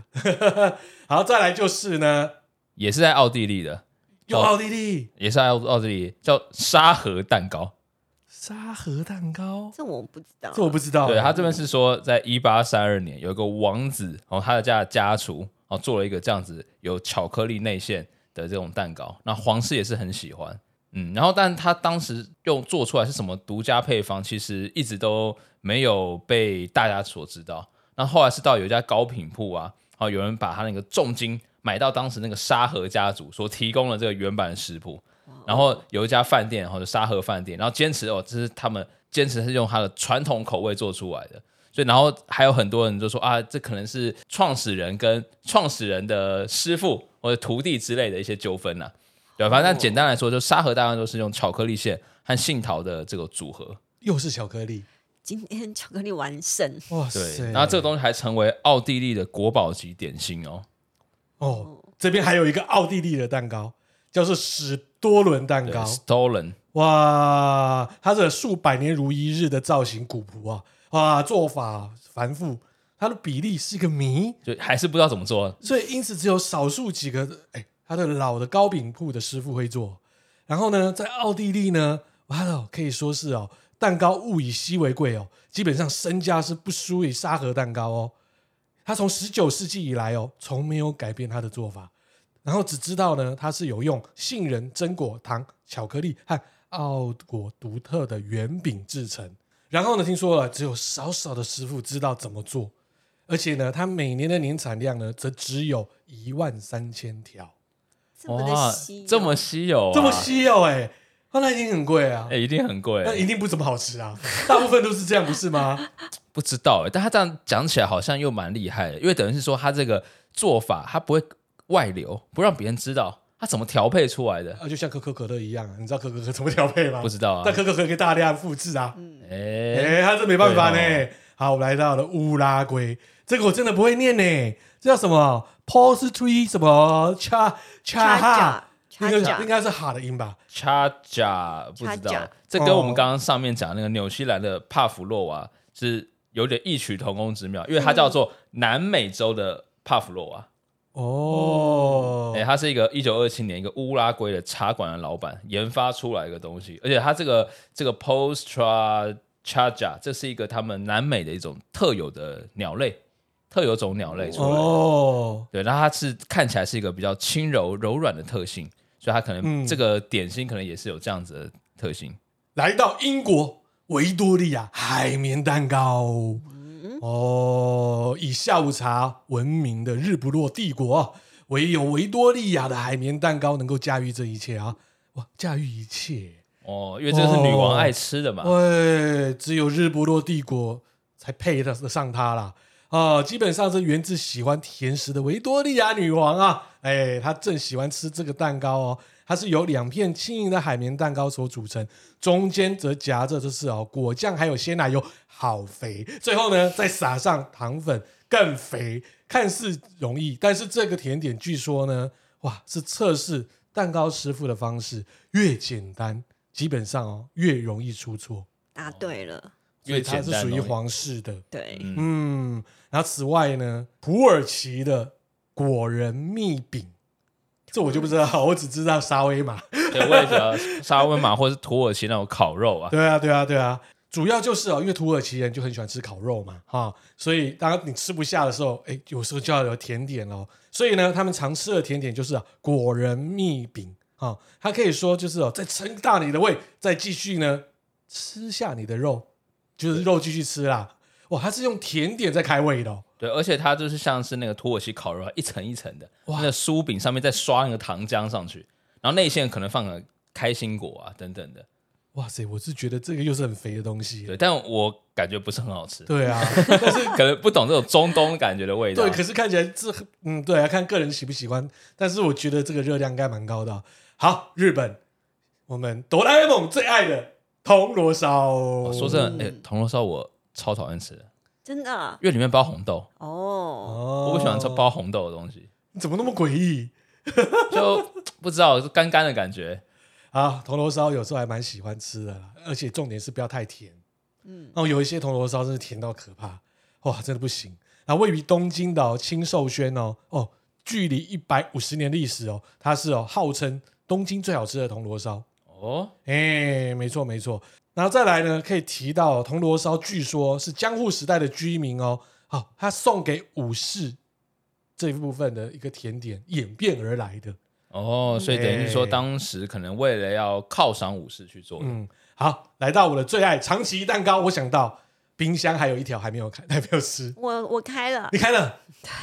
S1: 好，再来就是呢，
S3: 也是在奥地利的，
S1: 有
S3: 哦
S1: 奥地利
S3: 也是在奥奥地利叫沙河蛋糕。
S1: 沙河蛋糕，
S2: 这我不知道，
S1: 这我不知道。
S3: 对他这边是说，在一八三二年，有一个王子哦，他的家的家厨哦，做了一个这样子有巧克力内馅的这种蛋糕，那皇室也是很喜欢，嗯，然后但他当时用做出来是什么独家配方，其实一直都没有被大家所知道。然后后来是到有一家糕品铺啊，哦，有人把他那个重金买到当时那个沙河家族所提供的这个原版食谱，然后有一家饭店，然后就沙河饭店，然后坚持哦，这是他们坚持是用它的传统口味做出来的。所以，然后还有很多人就说啊，这可能是创始人跟 创始人的师傅或者徒弟之类的一些纠纷呐、对吧，
S1: 哦
S3: 反正但简单来说，就沙河大概都是用巧克力馅和杏桃的这个组合。
S1: 又是巧克力，
S2: 今天巧克力完胜，
S1: 哇塞！
S3: 对，然后这个东西还成为奥地利的国宝级点心哦。
S1: 哦，这边还有一个奥地利的蛋糕，叫做史多伦蛋
S3: 对
S1: 糕。
S3: ，Stolen，
S1: 哇，它的数百年如一日的造型古朴啊，哇，做法繁复，它的比例是一个谜，
S3: 就还是不知道怎么做。
S1: 所以因此只有少数几个，哎，它的老的糕饼铺的师傅会做。然后呢，在奥地利呢，哇哦，可以说是哦，蛋糕物以稀为贵哦，基本上身价是不输于沙河蛋糕哦。它从十九世纪以来哦，从没有改变它的做法，然后只知道呢，它是有用杏仁、榛果糖、巧克力和奥国独特的圆饼制成。然后呢，听说了，只有少少的师傅知道怎么做，而且呢，它每年的年产量呢，则只有一万三千条，
S2: 这么的稀有，
S3: 这么稀有、啊，
S1: 这么，稀有哎、哦那一定很贵啊
S3: 哎、，一定很贵、
S1: 那一定不怎么好 吃啊，大部分都是这样，不是吗？
S3: 不知道哎、但他这样讲起来好像又蛮厉害的，因为等于是说他这个做法，他不会外流，不让别人知道他怎么调配出来的，
S1: 啊，就像可口可乐一样、啊，你知道可口可乐怎么调配吗？
S3: 不知道啊
S1: 但。可口可乐可以大量复制啊，
S3: 哎、
S1: 哎、他这没办法呢、
S3: 对啊
S1: 好，我们来到了乌拉圭，这个我真的不会念呢、这叫什么 p o s t r e 什么 cha cha 哈
S2: 恰，
S1: 应
S2: 恰
S1: 该
S2: 恰
S1: 是应该是哈的音吧？
S3: 恰恰不知道
S2: Chaja，
S3: 这跟我们刚刚上面讲那个纽西兰的帕夫洛娃是有点异曲同工之妙，因为它叫做南美洲的帕夫洛娃。
S1: 哦，
S3: 哎、他是一个一九二七年一个乌拉圭的茶馆的老板研发出来一个东西，而且他这个这个 Postra chaja 这是一个他们南美的一种特有的鸟类，特有种鸟类出来。
S1: 哦，
S3: 对，然后它是看起来是一个比较轻柔柔软的特性，所以它可能、
S1: 嗯
S3: 这个点心可能也是有这样子的特性。
S1: 来到英国维多利亚海绵蛋糕。哦，以下午茶闻名的日不落帝国，唯有维多利亚的海绵蛋糕能够驾驭这一切啊！哇，驾驭一切！
S3: 哦，因为这个是女王爱吃的嘛。
S1: 哦喂，哎只有日不落帝国才配得上它啦。啊、基本上是源自喜欢甜食的维多利亚女王啊，哎，她正喜欢吃这个蛋糕哦。它是由两片轻盈的海绵蛋糕所组成，中间则夹着就是哦果酱还有鲜奶油，好肥。最后呢，再撒上糖粉，更肥。看似容易，但是这个甜点据说呢，哇，是测试蛋糕师傅的方式，越简单，基本上哦越容易出错，
S2: 答对了，
S1: 所以
S3: 越
S1: 它
S3: 简
S1: 是
S3: 单哦
S1: 属
S3: 容
S1: 于
S3: 易
S1: 皇室的。
S2: 对，
S3: 嗯
S1: 嗯，然后此外呢，土耳其的果仁蜜饼，这我就不知道，我只知道沙威玛。
S3: 对，我也觉得沙威玛或是土耳其那种烤肉啊，
S1: 对啊，对啊，对啊，主要就是哦，因为土耳其人就很喜欢吃烤肉嘛，哈、所以当你吃不下的时候，哎，有时候就要有甜点哦。所以呢，他们常吃的甜点就是啊，果仁蜜饼啊、哈它可以说就是哦，再撑大你的胃，再继续呢吃下你的肉，就是肉继续吃啦。哇，它是用甜点在开胃的、哦。
S3: 对，而且它就是像是那个土耳其烤肉，一层一层的，那个酥饼上面再刷那个糖浆上去，然后内馅可能放个开心果啊等等的，
S1: 哇塞，我是觉得这个又是很肥的东西。
S3: 对，但我感觉不是很好吃，
S1: 对啊，
S3: 可能不懂这种中东感觉的味道，
S1: 对，可是看起来这嗯，对啊，看个人喜不喜欢，但是我觉得这个热量应该蛮高的啊、好，日本，我们哆啦 A 梦最爱的铜锣烧，
S3: 我说真的，哎、铜锣烧我超讨厌吃的，
S2: 真的啊
S3: 因为里面包红豆，
S2: 哦，
S1: 哦
S3: 我不喜欢吃，包红豆的东西，
S1: 你怎么那么诡异？
S3: 就不知道是干干的感觉，
S1: 啊，铜锣烧有时候还蛮喜欢吃的啦，而且重点是不要太甜。嗯
S2: 嗯，
S1: 哦，有一些铜锣烧真是甜到可怕，哇，真的不行。那位于东京的、哦、青寿轩哦，哦，距离一百五十年历史哦，它是哦号称东京最好吃的铜锣烧。
S3: 哦，
S1: 哎，没错没错。然后再来呢，可以提到铜锣烧，据说是江户时代的居民哦，好、他送给武士这一部分的一个甜点演变而来的。
S3: 哦，所以等于是说
S1: 哎
S3: 当时可能为了要犒赏武士去做的，
S1: 嗯，好，来到我的最爱长崎蛋糕，我想到冰箱还有一条还没有开，还没有吃。
S2: 我我开了
S1: 你，开 了？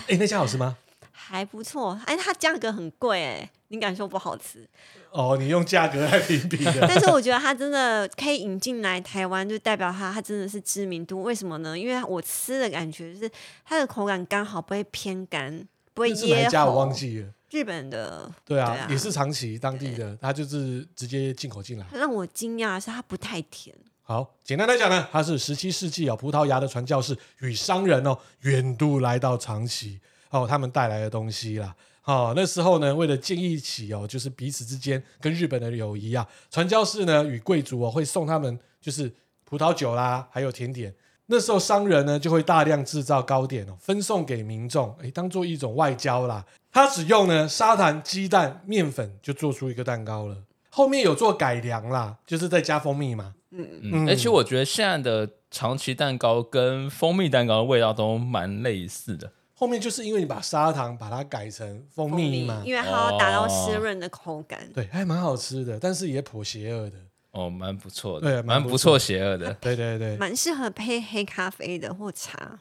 S1: 哎、那家好吃吗？
S2: 还不错，哎，它价格很贵哎，你敢说不好吃？
S1: 哦，你用价格来评比的。
S2: 但是我觉得它真的可以引进来台湾，就代表它它真的是知名度。为什么呢？因为我吃的感觉就是它的口感刚好不会偏干，不会
S1: 这是哪
S2: 噎
S1: 一家
S2: 喉。
S1: 我忘记了。
S2: 日本的，
S1: 对啊，
S2: 对啊
S1: 也是长崎当地的，它就是直接进口进来。
S2: 让我惊讶的是它不太甜。
S1: 好，简单来讲呢，它是十七世纪哦，葡萄牙的传教士与商人哦，远渡来到长崎哦，他们带来的东西啦。哦，那时候呢，为了建立起哦，就是彼此之间跟日本的友谊啊，传教士呢与贵族哦会送他们就是葡萄酒啦，还有甜点。那时候商人呢就会大量制造糕点哦，分送给民众，诶，当做一种外交啦。他只用呢砂糖、鸡蛋、面粉就做出一个蛋糕了。后面有做改良啦，就是再加蜂蜜嘛。
S3: 嗯，而且我觉得现在的长崎蛋糕跟蜂蜜蛋糕的味道都蛮类似的。
S1: 后面就是因为你把砂糖把它改成蜂蜜嘛，
S2: 因为它要达到湿
S3: 哦
S2: 润的口感。
S1: 对，还蛮好吃的，但是也颇邪恶的。
S3: 哦，蛮不错
S1: 对
S3: 的，
S1: 蛮
S3: 蛮
S1: 不
S3: 不
S1: 错
S3: 错，邪恶的。
S1: 对对对，
S2: 蛮适合配黑咖啡的或茶。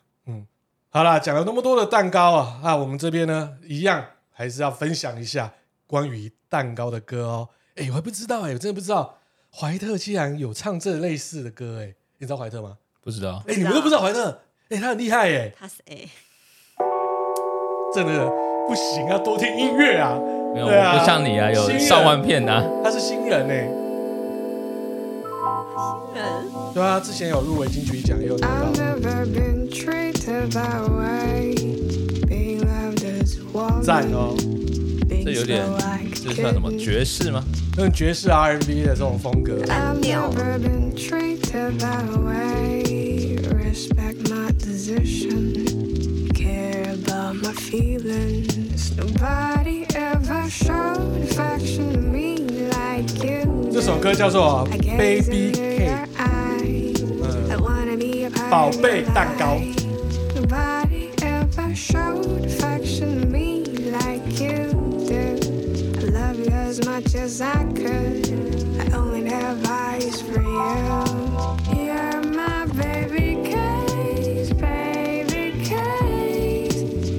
S1: 好啦，讲了那么多的蛋糕啊，那我们这边呢，一样还是要分享一下关于蛋糕的歌哦。哎，我还不知道哎、我真的不知道怀特竟然有唱这类似的歌哎、你知道怀特吗？
S3: 不知道，
S1: 哎，你们都不知道怀特，哎，他很厉害哎、
S2: 他是 A，
S1: 真的不行啊，多听音乐啊。
S3: 没有，
S1: 对啊
S3: 我不像你啊，
S1: 新
S3: 有
S1: 人
S3: 上万片啊。
S1: 他是新人哎、
S2: 嗯，
S1: 对啊，之前有入围金曲奖，也有拿到
S5: I've。never been treated that way. Being loved is one
S1: 赞哦，
S5: thing
S3: 这有
S5: so
S3: 点
S5: I
S3: 这算什么
S5: couldn't.
S3: 爵士吗？
S1: 那种爵士 R&B 的这种风格，
S5: I've
S2: 调
S5: never been treated that way. Respect my position. Care about my feelings. Nobody ever showed affection to me like you.
S1: 这首歌叫做
S5: 《
S1: 《Baby Cake》，嗯，
S5: 宝
S1: 宝
S5: 贝
S1: 贝
S5: 蛋
S1: 蛋
S5: 糕
S1: 糕。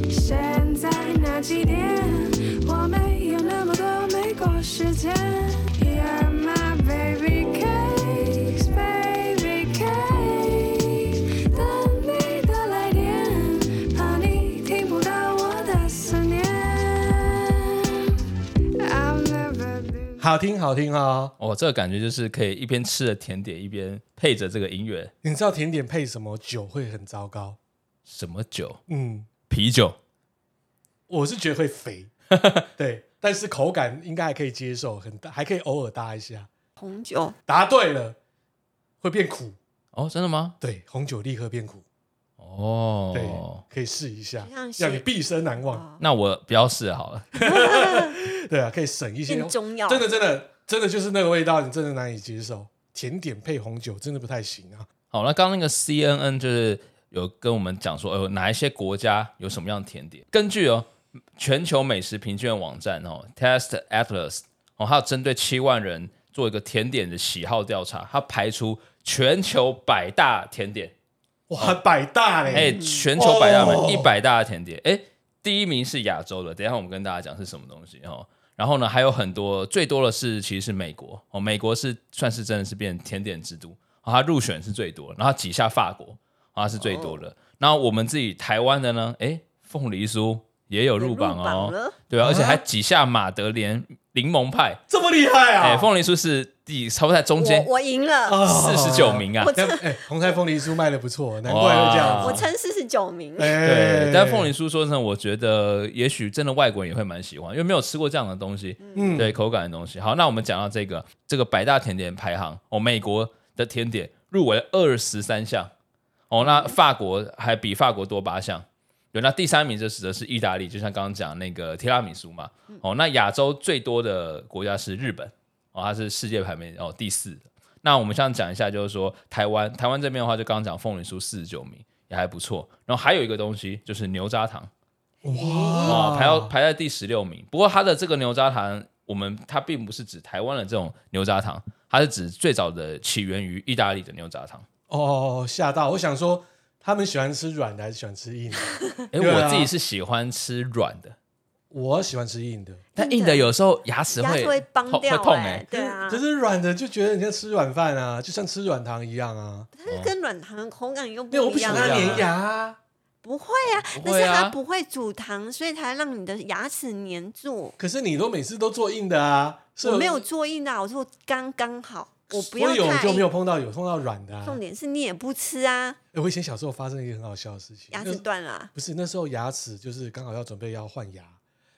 S5: 现在那几年，我没有那么多美国时间。You're my baby case, baby case，等你的来电，怕你听不到我的思念。I've never been
S1: 好听好听哦。
S3: 哦，这个感觉就是可以一边吃着甜点，一边配着这个音乐。
S1: 你知道甜点配什么酒会很糟糕？
S3: 什么酒？
S1: 嗯，
S3: 啤酒。
S1: 我是觉得会 肥，对，但是口感应该还可以接受，很搭还可以偶尔搭一下。
S2: 红酒
S1: 答对了，会变苦，
S3: 哦，真的吗？
S1: 对，红酒立刻变苦，对，
S3: 哦，
S1: 可以试一下
S2: 就像，是
S1: 让你毕生难忘。
S2: 啊，
S3: 那我不要试好了。
S1: 对啊，可以省一些
S2: 变中药
S1: 真的真的真的就是那个味道，你真的难以接受。甜点配红酒真的不太行啊。
S3: 好，那刚刚那个 CNN 就是有跟我们讲说，呃，哪一些国家有什么样的甜点？根据哦全球美食评卷网站哦 Test Atlas 哦，它有针对七万人做一个甜点的喜好调查，它排除全球百大甜点，
S2: 哦
S1: 哇，百大嘞！
S3: 哎、全球百大
S1: 哦
S3: 门一百大的甜点，哎、第一名是亚洲的，等一下我们跟大家讲是什么东西哦。然后呢，还有很多，最多的是其实是美国哦，美国是算是真的是变甜点之都，哦、它入选是最多，然后它挤下法国，哦、它是最多的。然后我们自己台湾的呢，哎，凤梨酥也有入榜哦，
S2: 了，
S3: 对啊，而且
S1: 啊
S3: 还挤下马德莲柠檬派，
S1: 这么厉害
S3: 哎、
S1: 啊！
S3: 凤梨酥是第差不多在中间哦
S2: 我我赢了，
S3: 四十九名啊，
S1: 但哎，红菜凤梨酥卖的不错，难怪会这样
S3: 哇
S1: 子。
S2: 我称四十九名。
S1: 哎
S3: 对，但凤梨酥说真的，我觉得也许真的外国人也会蛮喜欢，因为没有吃过这样的东西，
S1: 嗯
S3: 对口感的东西。好，那我们讲到这个这个百大甜点排行，哦，美国的甜点入围二十三项，哦，那法国还比法国多八项。对，那第三名就是则是意大利，就像刚刚讲那个提拉米苏嘛，哦，那亚洲最多的国家是日本，哦，它是世界排名哦第四的。那我们现在讲一下，就是说台湾，台湾这边的话，就刚刚讲凤梨酥四十九名也还不错，然后还有一个东西就是牛轧糖
S1: 哇
S3: 哦，排到排在第十六名。不过它的这个牛轧糖，我们它并不是指台湾的这种牛轧糖，它是指最早的起源于意大利的牛轧糖。
S1: 哦，吓到！我想说，他们喜欢吃软的还是喜欢吃硬的？
S3: 哎，
S1: 对啊
S3: 我自己是喜欢吃软的，
S1: 我喜欢吃硬的，
S3: 但
S2: 硬
S3: 硬
S2: 的
S3: 的有时候牙齿
S2: 牙齿会
S3: 会
S2: 崩
S3: 痛
S2: 掉
S3: 会痛
S2: 哎、
S3: 哎。
S2: 对啊，
S1: 可是软欸的就觉得人家吃软饭啊，就像吃软糖一样啊。
S2: 它是跟软糖的口感又
S1: 因为我
S2: 不
S1: 不
S2: 一
S1: 喜
S2: 样
S1: 欢
S2: 啊。
S1: 它
S3: 一样
S1: 粘牙啊。
S2: 不会啊，
S3: 不
S2: 但
S3: 会
S2: 是
S3: 啊
S2: 它不会煮糖，所以才让你的牙齿粘住。
S1: 可是你都每次都做硬的啊，是
S2: 我没有，做硬的，我说刚刚好，我
S1: 所
S2: 不要
S1: 以我
S2: 太
S1: 就没有。碰到有碰到软的、啊。
S2: 重点是你也不吃啊，
S1: 哎我以前小时候发生一个很好笑的事情，
S2: 牙
S1: 那
S2: 齿断了啊。
S1: 不是那时候牙齿就是刚好要准备要换牙，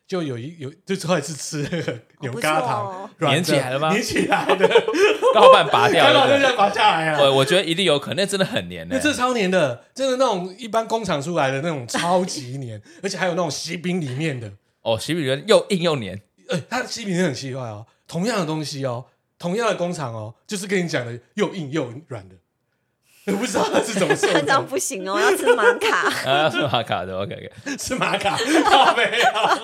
S1: 就有一有就后来是吃那个牛轧糖，
S2: 哦
S1: 软的
S3: 粘起来了吗
S1: 粘起来的，
S3: 刚好把你 拔掉
S1: 刚 好就
S3: 了
S1: 这。样拔下来啊。
S3: 我我觉得一定有可能，那真的很黏欸
S1: 那
S3: 的。
S1: 这超黏的，真的那种一般工厂出来的那种超级黏，而且还有那种西饼里面的，
S3: 哦，喜饼人又硬又黏，
S1: 呃，它的西饼很奇怪哦，同样的东西哦，同样的工厂哦，就是跟你讲的又硬又软的， 我不知道它是怎么做
S2: 那 这样
S1: 的，
S2: 不行哦，要吃玛 卡。
S3: 啊，是马卡的。OK OK。
S1: 是玛卡咖啡啊，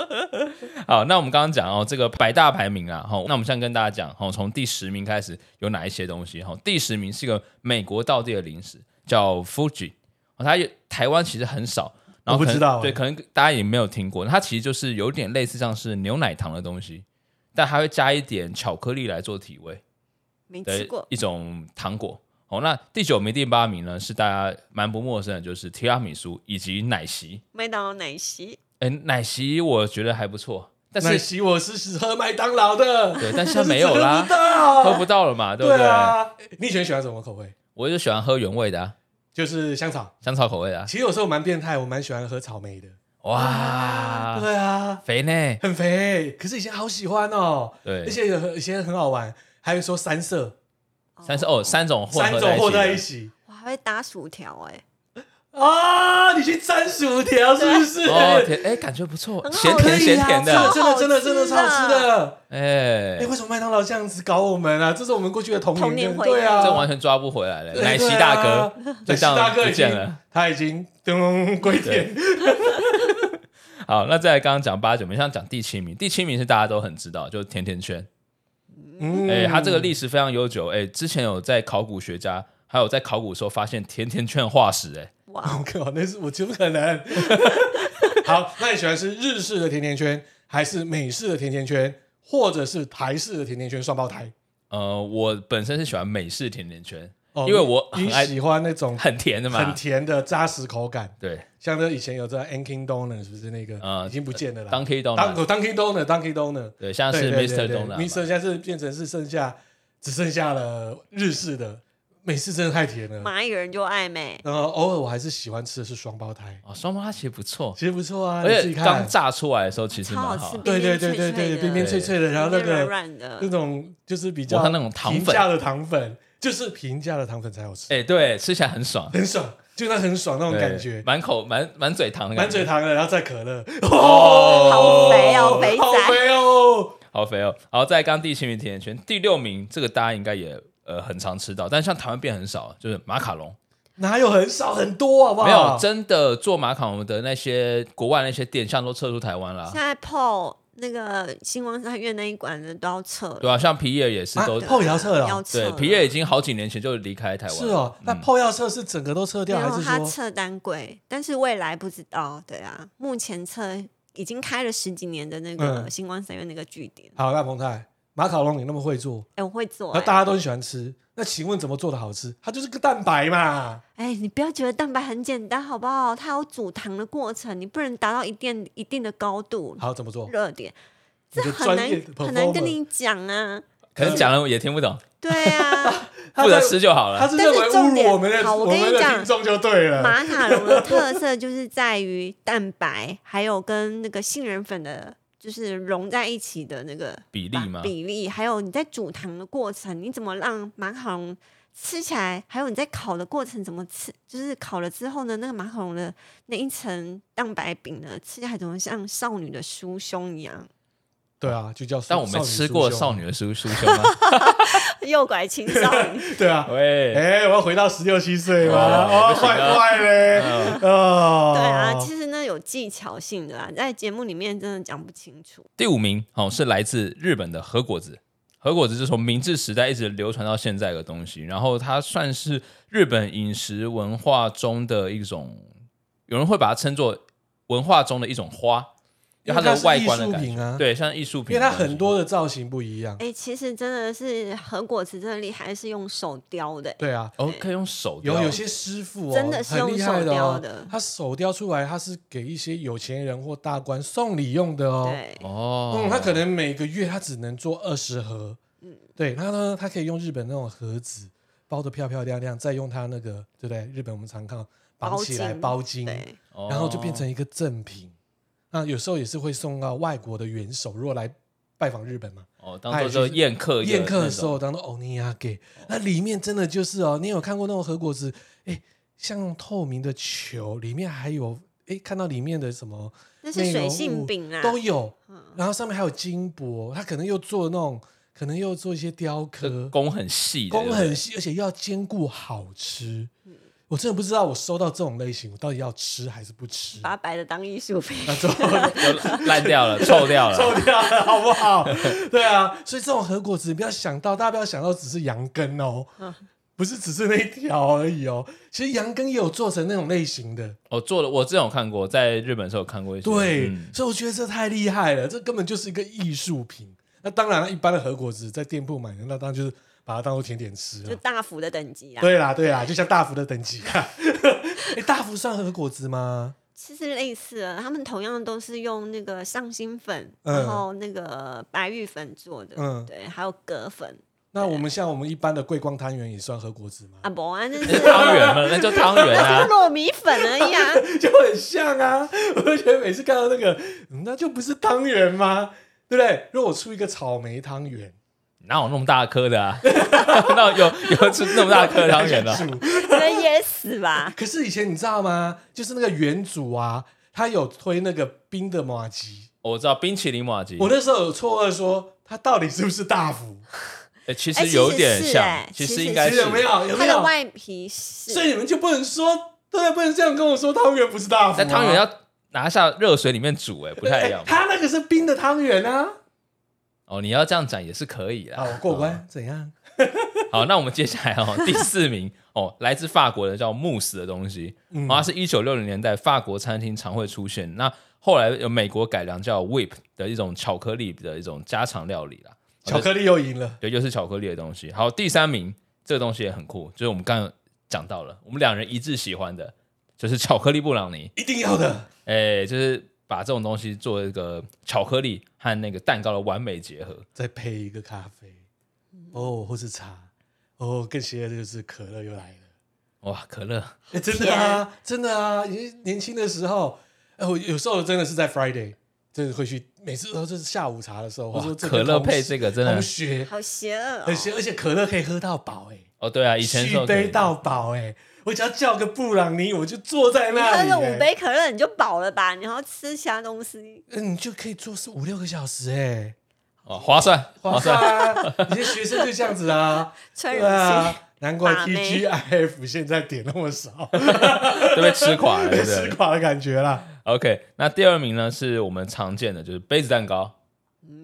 S3: 好，那我们刚刚讲哦，这个百大排名啊，好，那我们现在跟大家讲，好，从第十名开始有哪一些东西？哈，第十名是一个美国道地的零食，叫 Fuji，哦它也台湾其实很少，然
S1: 我不
S3: 后可能
S1: 知道欸
S3: 对，可能大家也没有听过。它其实就是有点类似像是牛奶糖的东西，但它会加一点巧克力来做体味
S2: 没吃
S3: 的
S2: 过，
S3: 一种糖果。哦，那第九名、第八名呢，是大家蛮不陌生的，就是提拉米苏以及奶昔。
S2: 麦当劳奶昔
S3: 哎，奶昔我觉得还不错，但
S1: 奶
S3: 是
S1: 昔我是只喝麦当劳的，
S3: 对，但现在没有啦
S1: 真的不，知道
S3: 喝不到了嘛，对不
S1: 对
S3: 对？
S1: 啊，你以前喜欢什么口味？
S3: 我就喜欢喝原味的、啊，
S1: 就是香草。
S3: 香草口味的、啊。
S1: 其实有时候蛮变态，我蛮喜欢喝草莓的。
S3: 哇，
S1: 对啊，
S3: 肥呢？
S1: 很肥，欸可是以前好喜欢哦。
S3: 对
S1: 而且有以前很好玩，还有说三色，
S3: 三是哦，三种混
S1: 三
S3: 合
S1: 种混在
S3: 在
S1: 一
S3: 一起
S1: 起
S2: 我还会打薯条哎，
S1: 啊！你去沾薯条是不是？
S3: 的。哦，甜哎，感觉不错，
S2: 很好
S3: 咸
S2: 吃
S3: 甜咸甜
S1: 可以啊
S3: 的，
S1: 真的真的真的真的超
S2: 超好
S1: 好
S2: 吃的
S1: 吃的。
S3: 哎
S1: 哎，，为什么麦当劳这样子搞我们啊？这是我们过去的童
S2: 童年
S1: 跟
S2: 回忆
S1: 对啊，
S3: 这完全抓不回来了。
S1: 对
S3: 奶昔大哥，，
S1: 对啊奶
S3: 就这
S1: 昔
S3: 样
S1: 大哥
S3: 不
S1: 已
S3: 见
S1: 经
S3: 了
S1: 他已经噔归田，
S3: 好，那再来刚刚讲八九名，像讲第七名，第七名是大家都很知道，就是甜甜圈。
S1: 嗯
S3: 哎，它这个历史非常悠久，哎，之前有在考古学家。还有在考古的时候发现甜甜圈化石、哎，
S2: 哇，
S1: 我靠，那是我怎么可能？ 好，那你喜欢吃日式的甜甜圈，还是美式的甜甜圈，或者是台式的甜甜圈双胞胎？
S3: 呃，我本身是喜欢美式甜甜圈，
S1: 哦
S3: 因为我
S1: 你
S3: 很爱
S1: 喜欢那种
S3: 很甜的嘛，
S1: 哦很甜的扎实口感，
S3: 对，
S1: 像那以前有这 Dunkin' Donuts 是不是那个？
S3: 呃
S1: 已经不见了啦。
S3: 当 K 豆
S1: 当
S3: 奶，
S1: 哦 Dunkin' Donut，Dunkin' Donut，
S3: 对，像
S1: 对
S3: 是
S1: 对
S3: Mr.
S1: 对对
S3: 豆奶嘛，
S1: ，Mr. 现在是变成是剩下只剩下了日式的，美式真的太甜了。
S2: 蚂蚁人就爱美，
S1: 然后偶尔我还是喜欢吃的是双胞胎，
S3: 哦，双胞胎其实不错，
S1: 其实不错啊，
S3: 而
S1: 你自
S3: 且
S1: 己看
S3: 刚炸出来的时候其实
S2: 超好
S3: 蛮好
S2: 吃，
S3: 的，
S1: 对对
S2: 边边脆
S1: 对对
S2: 脆
S1: 对，
S2: 的
S1: 边边脆脆的，然后那
S2: 软
S1: 个
S2: 软的
S1: 那，种就是比
S3: 我
S1: 较
S3: 看那种糖粉
S1: 平价的糖粉，就是平价的糖粉才好吃，
S3: 哎，对，吃起来很爽，
S1: 很爽，就那很爽那种
S3: 对
S1: 感觉，
S3: 满口满满嘴糖的
S1: 满
S3: 感
S1: 嘴
S3: 觉，哦
S1: 糖的，然后再可乐，
S2: 好肥哦，肥
S1: 好
S2: 仔。
S1: 肥哦，
S3: 好肥哦。然后在刚第七名甜甜圈，第六名这个大家应该也呃很常吃到，但像台湾变很少，就是马卡龙，
S1: 哪有很少很多好不好？
S3: 没有真的做马卡龙的那些国外那些店，像都撤出台
S1: 啊
S3: 湾啦
S2: 现。在 PO 那个星光三月那一馆的都要撤了，
S3: 对啊，像皮耶也是
S1: 啊
S3: 都、
S1: 泡也要撤了
S2: 要
S1: 哦，
S2: 撤
S3: 对，
S2: 了
S3: 皮耶已经好几年前就离开台湾了。嗯
S1: 是哦，那泡药测是整个都撤掉，
S2: 没
S1: 啊还
S2: 有啊
S1: 是
S2: 他
S1: 说
S2: 撤单柜，但是未来不知道，对啊，目前撤已经开了十几年的那个
S1: 嗯
S2: 星光三月那个据点，
S1: 好？那彭泰马卡龙你那么会做，
S2: 哎、我会做、
S1: 然后大
S2: 哎
S1: 家都很喜欢吃，那请问怎么做的好吃？它就是个蛋白嘛，
S2: 哎、你不要觉得蛋白很简单好不好？它有煮糖的过程，你不能达到一定一定的高度
S1: 好怎么做？
S2: 热点，
S1: 你
S2: 这
S1: 的
S2: 很
S1: 专
S2: 难
S1: 业的
S2: 很难
S1: performer
S2: 跟你讲啊，
S3: 可能讲了也听不懂，
S2: 对 啊。
S1: 他
S3: 负责
S1: 在
S3: 吃就好了。
S1: 他是认为
S2: 但是重
S1: 侮
S2: 点
S1: 辱我们的
S2: 好我
S1: 我
S2: 跟你
S1: 们的
S2: 讲
S1: 听众就对 了。
S2: 马卡龙的特色就是在于蛋白，还有跟那个杏仁粉的，就是融在一起的那个
S3: 比例吗
S2: 比例，还有你在煮糖的过程，你怎么让马卡龙吃起来？还有你在烤的过程怎么吃？就是烤了之后呢，那个马卡龙的那一层蛋白饼呢，吃起来怎么像少女的酥胸一样？
S1: 对啊，就叫少。
S3: 但我们
S1: 们
S3: 吃过少
S1: 女
S3: 女的酥酥胸 吗？
S2: 诱拐青少女，
S1: 酥胸。对啊，
S3: 喂，
S1: 哎，我要回到十六七岁嘛，
S3: 哦
S1: 哦，坏坏嘞，
S3: 嗯
S1: 哦，
S2: 对啊，其实呢有技巧性的啊，在节目里面真的讲不清楚。
S3: 第五名哦是来自日本的和果子，和果子是从明治时代一直流传到现在的东西，然后它算是日本饮食文化中的一种，有人会把它称作文化中的一种花，
S1: 因为
S3: 它的
S1: 它是
S3: 外
S1: 艺
S3: 观的
S1: 术
S3: 感
S1: 品
S3: 觉，
S1: 啊
S3: 对，像艺术品
S1: 因为
S3: 的
S1: 它
S3: 东西，
S1: 很多的造型不一样。
S2: 哎、其实真的是和果子真的厉害，是用手雕的、
S1: 对啊，
S3: 哦，可以用手
S1: 有
S3: 雕
S1: 有些师傅哦，
S2: 真的是
S1: 很厉害
S2: 用手雕
S1: 哦
S2: 的
S1: 他手雕出来，他是给一些有钱人或大官送礼用的哦。
S2: 对，
S3: 哦
S1: 嗯，，他可能每个月他只能做二十盒，对，然后呢，他可以用日本那种盒子包的漂漂亮亮，再用他那个对不对？日本我们常看到绑起来包巾，
S2: 对，
S3: 哦
S1: 然后就变成一个赠品。那有时候也是会送到外国的元首，如果来拜访日本嘛，
S3: 哦，当做说
S1: 哎就是
S3: 宴客
S1: 宴客
S3: 的
S1: 的
S3: 那
S1: 时
S3: 种
S1: 候当做欧尼亚给，那里面真的就是哦，你有看过那种和果子？哎，像透明的球，里面还有哎，看到里面的什么
S2: 那是
S1: 内容
S2: 水
S1: 物
S2: 性饼啊嗯啦，
S1: 都有，然后上面还有金箔，它可能又做那种，可能又做一些雕
S3: 这
S1: 刻，
S3: 弓很细的，
S1: 工
S3: 对不
S1: 很
S3: 对
S1: 细，而且要兼顾好吃。
S2: 嗯
S1: 我真的不知道我收到这种类型，我到底要吃还是不吃？
S2: 把它摆的当艺术品。
S1: 那 之后就
S3: 就烂 掉了，臭掉了，
S1: 臭掉了， 好不好？对啊，所以这种核果子，你不要想到，大家不要想到只是羊羹哦，
S2: 嗯
S1: 不是只是那一条而已哦。其实羊羹也有做成那种类型的，
S3: 我哦做了，我之前有看过，在日本的时候有看过一些。
S1: 对，
S3: 嗯
S1: 所以我觉得这太厉害了，这根本就是一个艺术品。那当然了，一般的核果子在店铺买的，那当然就是把它当做甜点吃
S2: 就
S1: 了。
S2: 大幅的等级啊啦。
S1: 对啦，对啦，就像大福的等级 啊。哎，大福算核果子吗？
S2: 其实类似啊，他们同样都是用那个上新粉，
S1: 嗯
S2: 然后那个白玉粉做的，
S1: 嗯
S2: 对，还有葛粉
S1: 那我们像我们一般的桂光汤圆也算核果子吗？
S2: 啊，不啊，那
S3: 那
S2: 是。
S3: 是汤圆嘛，那就汤圆啊
S2: 糯米粉而已啊。
S1: 就很像啊！我就觉得每次看到那个，嗯那就不是汤圆吗？对不对？如果我出一个草莓汤圆，
S3: 哪有那么大颗的啊？ 那有有吃那么大颗的汤圆 的？
S1: 很想煮
S2: 跟噎死吧。
S1: 可是以前你知道吗？就是那个原主啊，他有推那个冰的马吉，
S3: 我知道冰淇淋马吉，
S1: 我那时候有错愕说，他到底是不是大福？
S3: 诶其
S2: 哎
S3: 实
S2: 其实
S3: 有点
S2: 是
S3: 像
S2: 哎，
S3: 其
S2: 其
S3: 实
S2: 实
S3: 应
S2: 是
S3: 该
S1: 其实
S3: 是
S1: 有没有？有
S2: 它
S1: 没
S2: 的
S1: 有？
S2: 外皮是
S1: 所以你们就不能说，对，不能这样跟我说汤圆不是大福、啊
S3: 但汤圆。要拿下热水里面煮，哎，不太一样
S1: 哎。 他那个是冰的汤圆啊！
S3: 哦，你要这样讲也是可以
S1: 啊，
S3: 啦。
S1: 我过关，怎样？
S3: 好，那我们接下来 哦，第四名哦，来自法国的叫慕斯的东西，
S1: 嗯
S3: 然后它是一九六零年代法国餐厅常会出现。那后来有美国改良叫 whip 的一种巧克力的一种家常料理啦。
S1: 巧克力又赢了。
S3: 对，又是巧克力的东西。好，第三名这个东西也很酷，就是我们刚刚有讲到了，我们两人一致喜欢的就是巧克力布朗尼，
S1: 一定要的，
S3: 哎，就是把这种东西做一个巧克力和那个蛋糕的完美结合。
S1: 再配一个咖啡，哦，或是茶，哦，更邪恶的就是可乐又来了，
S3: 哇，可乐
S1: 哎，真的啊，真的啊，因为年轻的时候，哎，我有时候真的是在 Friday，真的会去，每次都是下午茶的时候，或
S3: 哇
S1: 者说，这
S3: 可
S1: 跟
S3: 乐
S1: 同
S3: 配
S1: 事
S3: 这个真的
S1: 同学
S2: 好邪恶、
S1: 很
S2: 哦，
S1: 邪，而且可乐可以喝到饱，哎，
S3: 哦，对啊，以前的时
S1: 续
S3: 候
S1: 杯
S3: 对
S1: 到饱，哎，我只要叫个布朗尼，我就坐在
S2: 你
S1: 那
S2: 喝
S1: 里，
S2: 个
S1: 哎
S2: 五，杯可乐你就饱了吧？你还要吃其他东西？
S1: 嗯，你就可以坐四五六个小时，哎，
S3: 哦，划算
S1: 划算啊，你些学生就这样子 啊，
S2: 吹
S1: 对
S2: 人气，
S1: 啊，难怪
S2: 把妹
S1: TGIF 现在点那么少，
S3: 都被吃垮了，对
S1: 被
S3: 不对
S1: 吃垮的感觉啦。
S3: ？OK，那第二名呢是我们常见的，就是杯子蛋糕。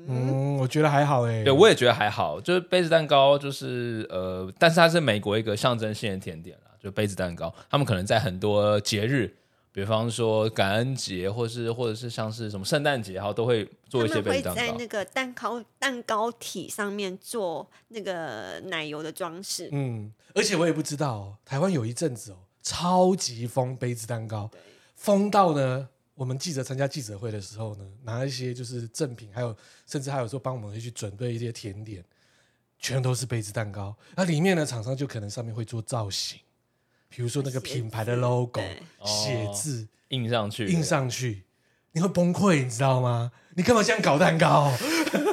S1: 嗯，我觉得还好哎、
S3: 对，我也觉得还好，就是杯子蛋糕，就是呃，但是它是美国一个象征性的甜点啦，就杯子蛋糕，他们可能在很多节日，比方说感恩节，或是或者是像是什么圣诞节，然后都会
S2: 他
S3: 做一些
S2: 们
S3: 杯
S2: 会
S3: 子蛋
S2: 在
S3: 糕
S2: 那。个蛋糕蛋糕体上面做那个奶油的装饰，
S1: 嗯，而且我也不知道、哦，台湾有一阵子哦，超级疯杯子蛋糕，疯到呢，我们记者参加记者会的时候呢，拿一些就是赠品，还有甚至还有说帮我们去准备一些甜点，全都是杯子蛋糕。那里面呢，厂商就可能上面会做造型，比如说那个
S2: 写
S1: 品牌的
S2: 字
S1: logo
S2: 对、
S1: 写
S3: 哦
S1: 字。
S3: 印上去，
S1: 印上去，你会崩溃，你知道吗？你干嘛这样搞蛋糕？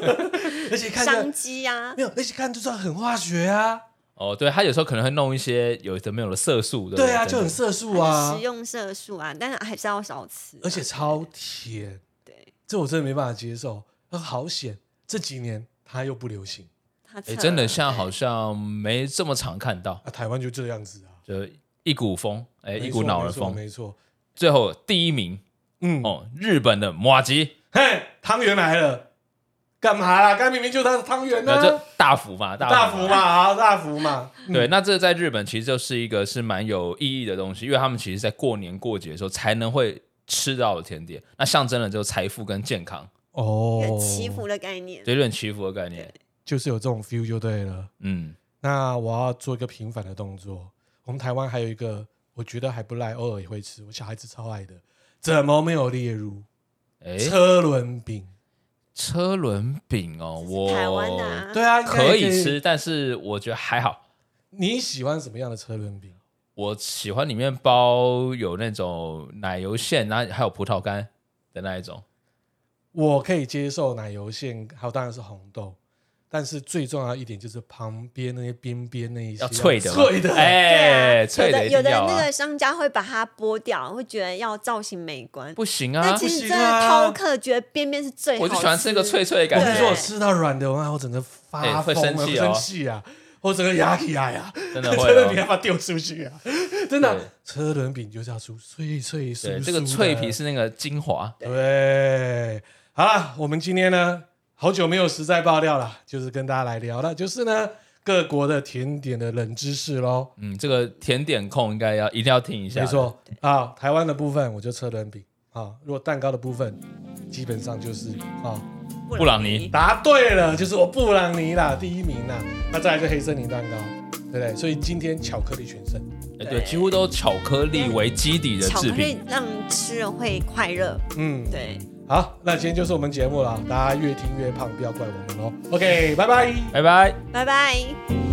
S1: 而且看
S2: 商
S1: 着
S2: 机啊
S1: 没，有，而且看就知道很化学啊，
S3: 哦，对，它有时候可能会弄一些有的没有的色素，对不
S1: 对啊，
S3: 真的
S1: 就很色素
S2: 食
S1: 啊，
S2: 用色素啊，但是还是要少吃啊、
S1: 而且超甜，
S2: 对
S1: 这我真的没办法接受。啊，好险，这几年它又不流行
S2: 它撤
S3: 诶
S2: 了、
S3: 哎真的像
S2: 对
S3: 好像没这么常看到，
S1: 啊，台湾就这样子啊，
S3: 就一股风，哎，一
S1: 没
S3: 股
S1: 错
S3: 脑的
S1: 没错
S3: 风。
S1: 没错，
S3: 最后第一名
S1: 嗯，
S3: 哦，日本的马吉，
S1: 嘿，汤圆来了，干嘛啦？刚明明就是它的汤圆
S2: 嗯
S3: 那
S1: 啊
S3: 这，大福嘛，大
S1: 大福嘛，啊，大福 嘛，
S2: 嗯
S3: 对，那这在日本其实就是一个是蛮有意义的东西，因为他们其实在过年过节的时候才能会吃到的甜点，那象征了就是财富跟健康，
S2: 嗯
S1: 哦
S2: 一个祈福的概念。
S3: 有点祈福的概念。
S1: 就是有这种 feel 就对了。
S3: 嗯，
S1: 那我要做一个平反的动作。我们台湾还有一个，我觉得还不赖，偶尔也会吃，我小孩子超爱的，怎么没有列入？
S3: 哎，
S1: 车轮饼，
S3: 车轮饼哦，我
S2: 台湾的、 啊，
S1: 对啊，应该
S3: 可
S1: 也
S3: 以吃，。但是我觉得还好。
S1: 你喜欢什么样的车轮饼？
S3: 我喜欢里面包有那种奶油馅，然后还有葡萄干的那一种。
S1: 我可以接受奶油馅，还有当然是红豆，但是最重要的一点就是旁边那些边边那一些
S3: 要脆的嘛，
S1: 脆的，
S3: 哎、脆
S2: 有
S3: 的
S2: 的
S3: 一
S2: 有
S3: 定
S2: 的
S3: 要
S2: 那
S3: 啊
S2: 个，商家会把它剥掉，会觉得要造型美观。
S3: 不行
S2: 那
S3: 啊，
S2: 其
S1: 不
S2: 实
S1: 行
S2: 真
S1: 啊
S2: 的饕客觉得边边是最哎好
S3: 我就喜欢吃一个脆脆的感
S1: 我
S3: 觉。
S1: 跟你说，我
S2: 对
S1: 吃到软的，我我整个发疯
S3: 哎
S1: 了，
S3: 会生气哦
S1: 生气啊，我整个牙起来啊呀，
S3: 真的
S1: 真
S3: 会哦
S1: 的没办法丢出去啊，真的啊
S3: 对。
S1: 车轮饼就是要酥脆脆酥酥
S3: 对，
S1: 的
S3: 这个脆皮，是那个精华。
S1: 对。好了，我们今天呢，好久没有实在爆料了，就是跟大家来聊了，就是呢各国的甜点的冷知识喽。
S3: 嗯，这个甜点控应该要一定要听一下。
S1: 没，错啊，台湾的部分我就车轮饼啊，如果蛋糕的部分基本上就是啊，
S3: 布朗尼
S1: 答对了，就是我布朗尼啦，第一名啦，那再来就黑森林蛋糕，对不对？所以今天巧克力全胜，
S3: 哎对，几乎都巧克力为基底的
S2: 巧克
S3: 制
S2: 力
S3: 品。
S2: 让吃了会快乐，
S1: 嗯，
S2: 对。
S1: 好，那今天就是我们节目了，大家越听越胖，不要怪我们喽。OK，拜拜。
S3: 拜拜。
S2: 拜拜。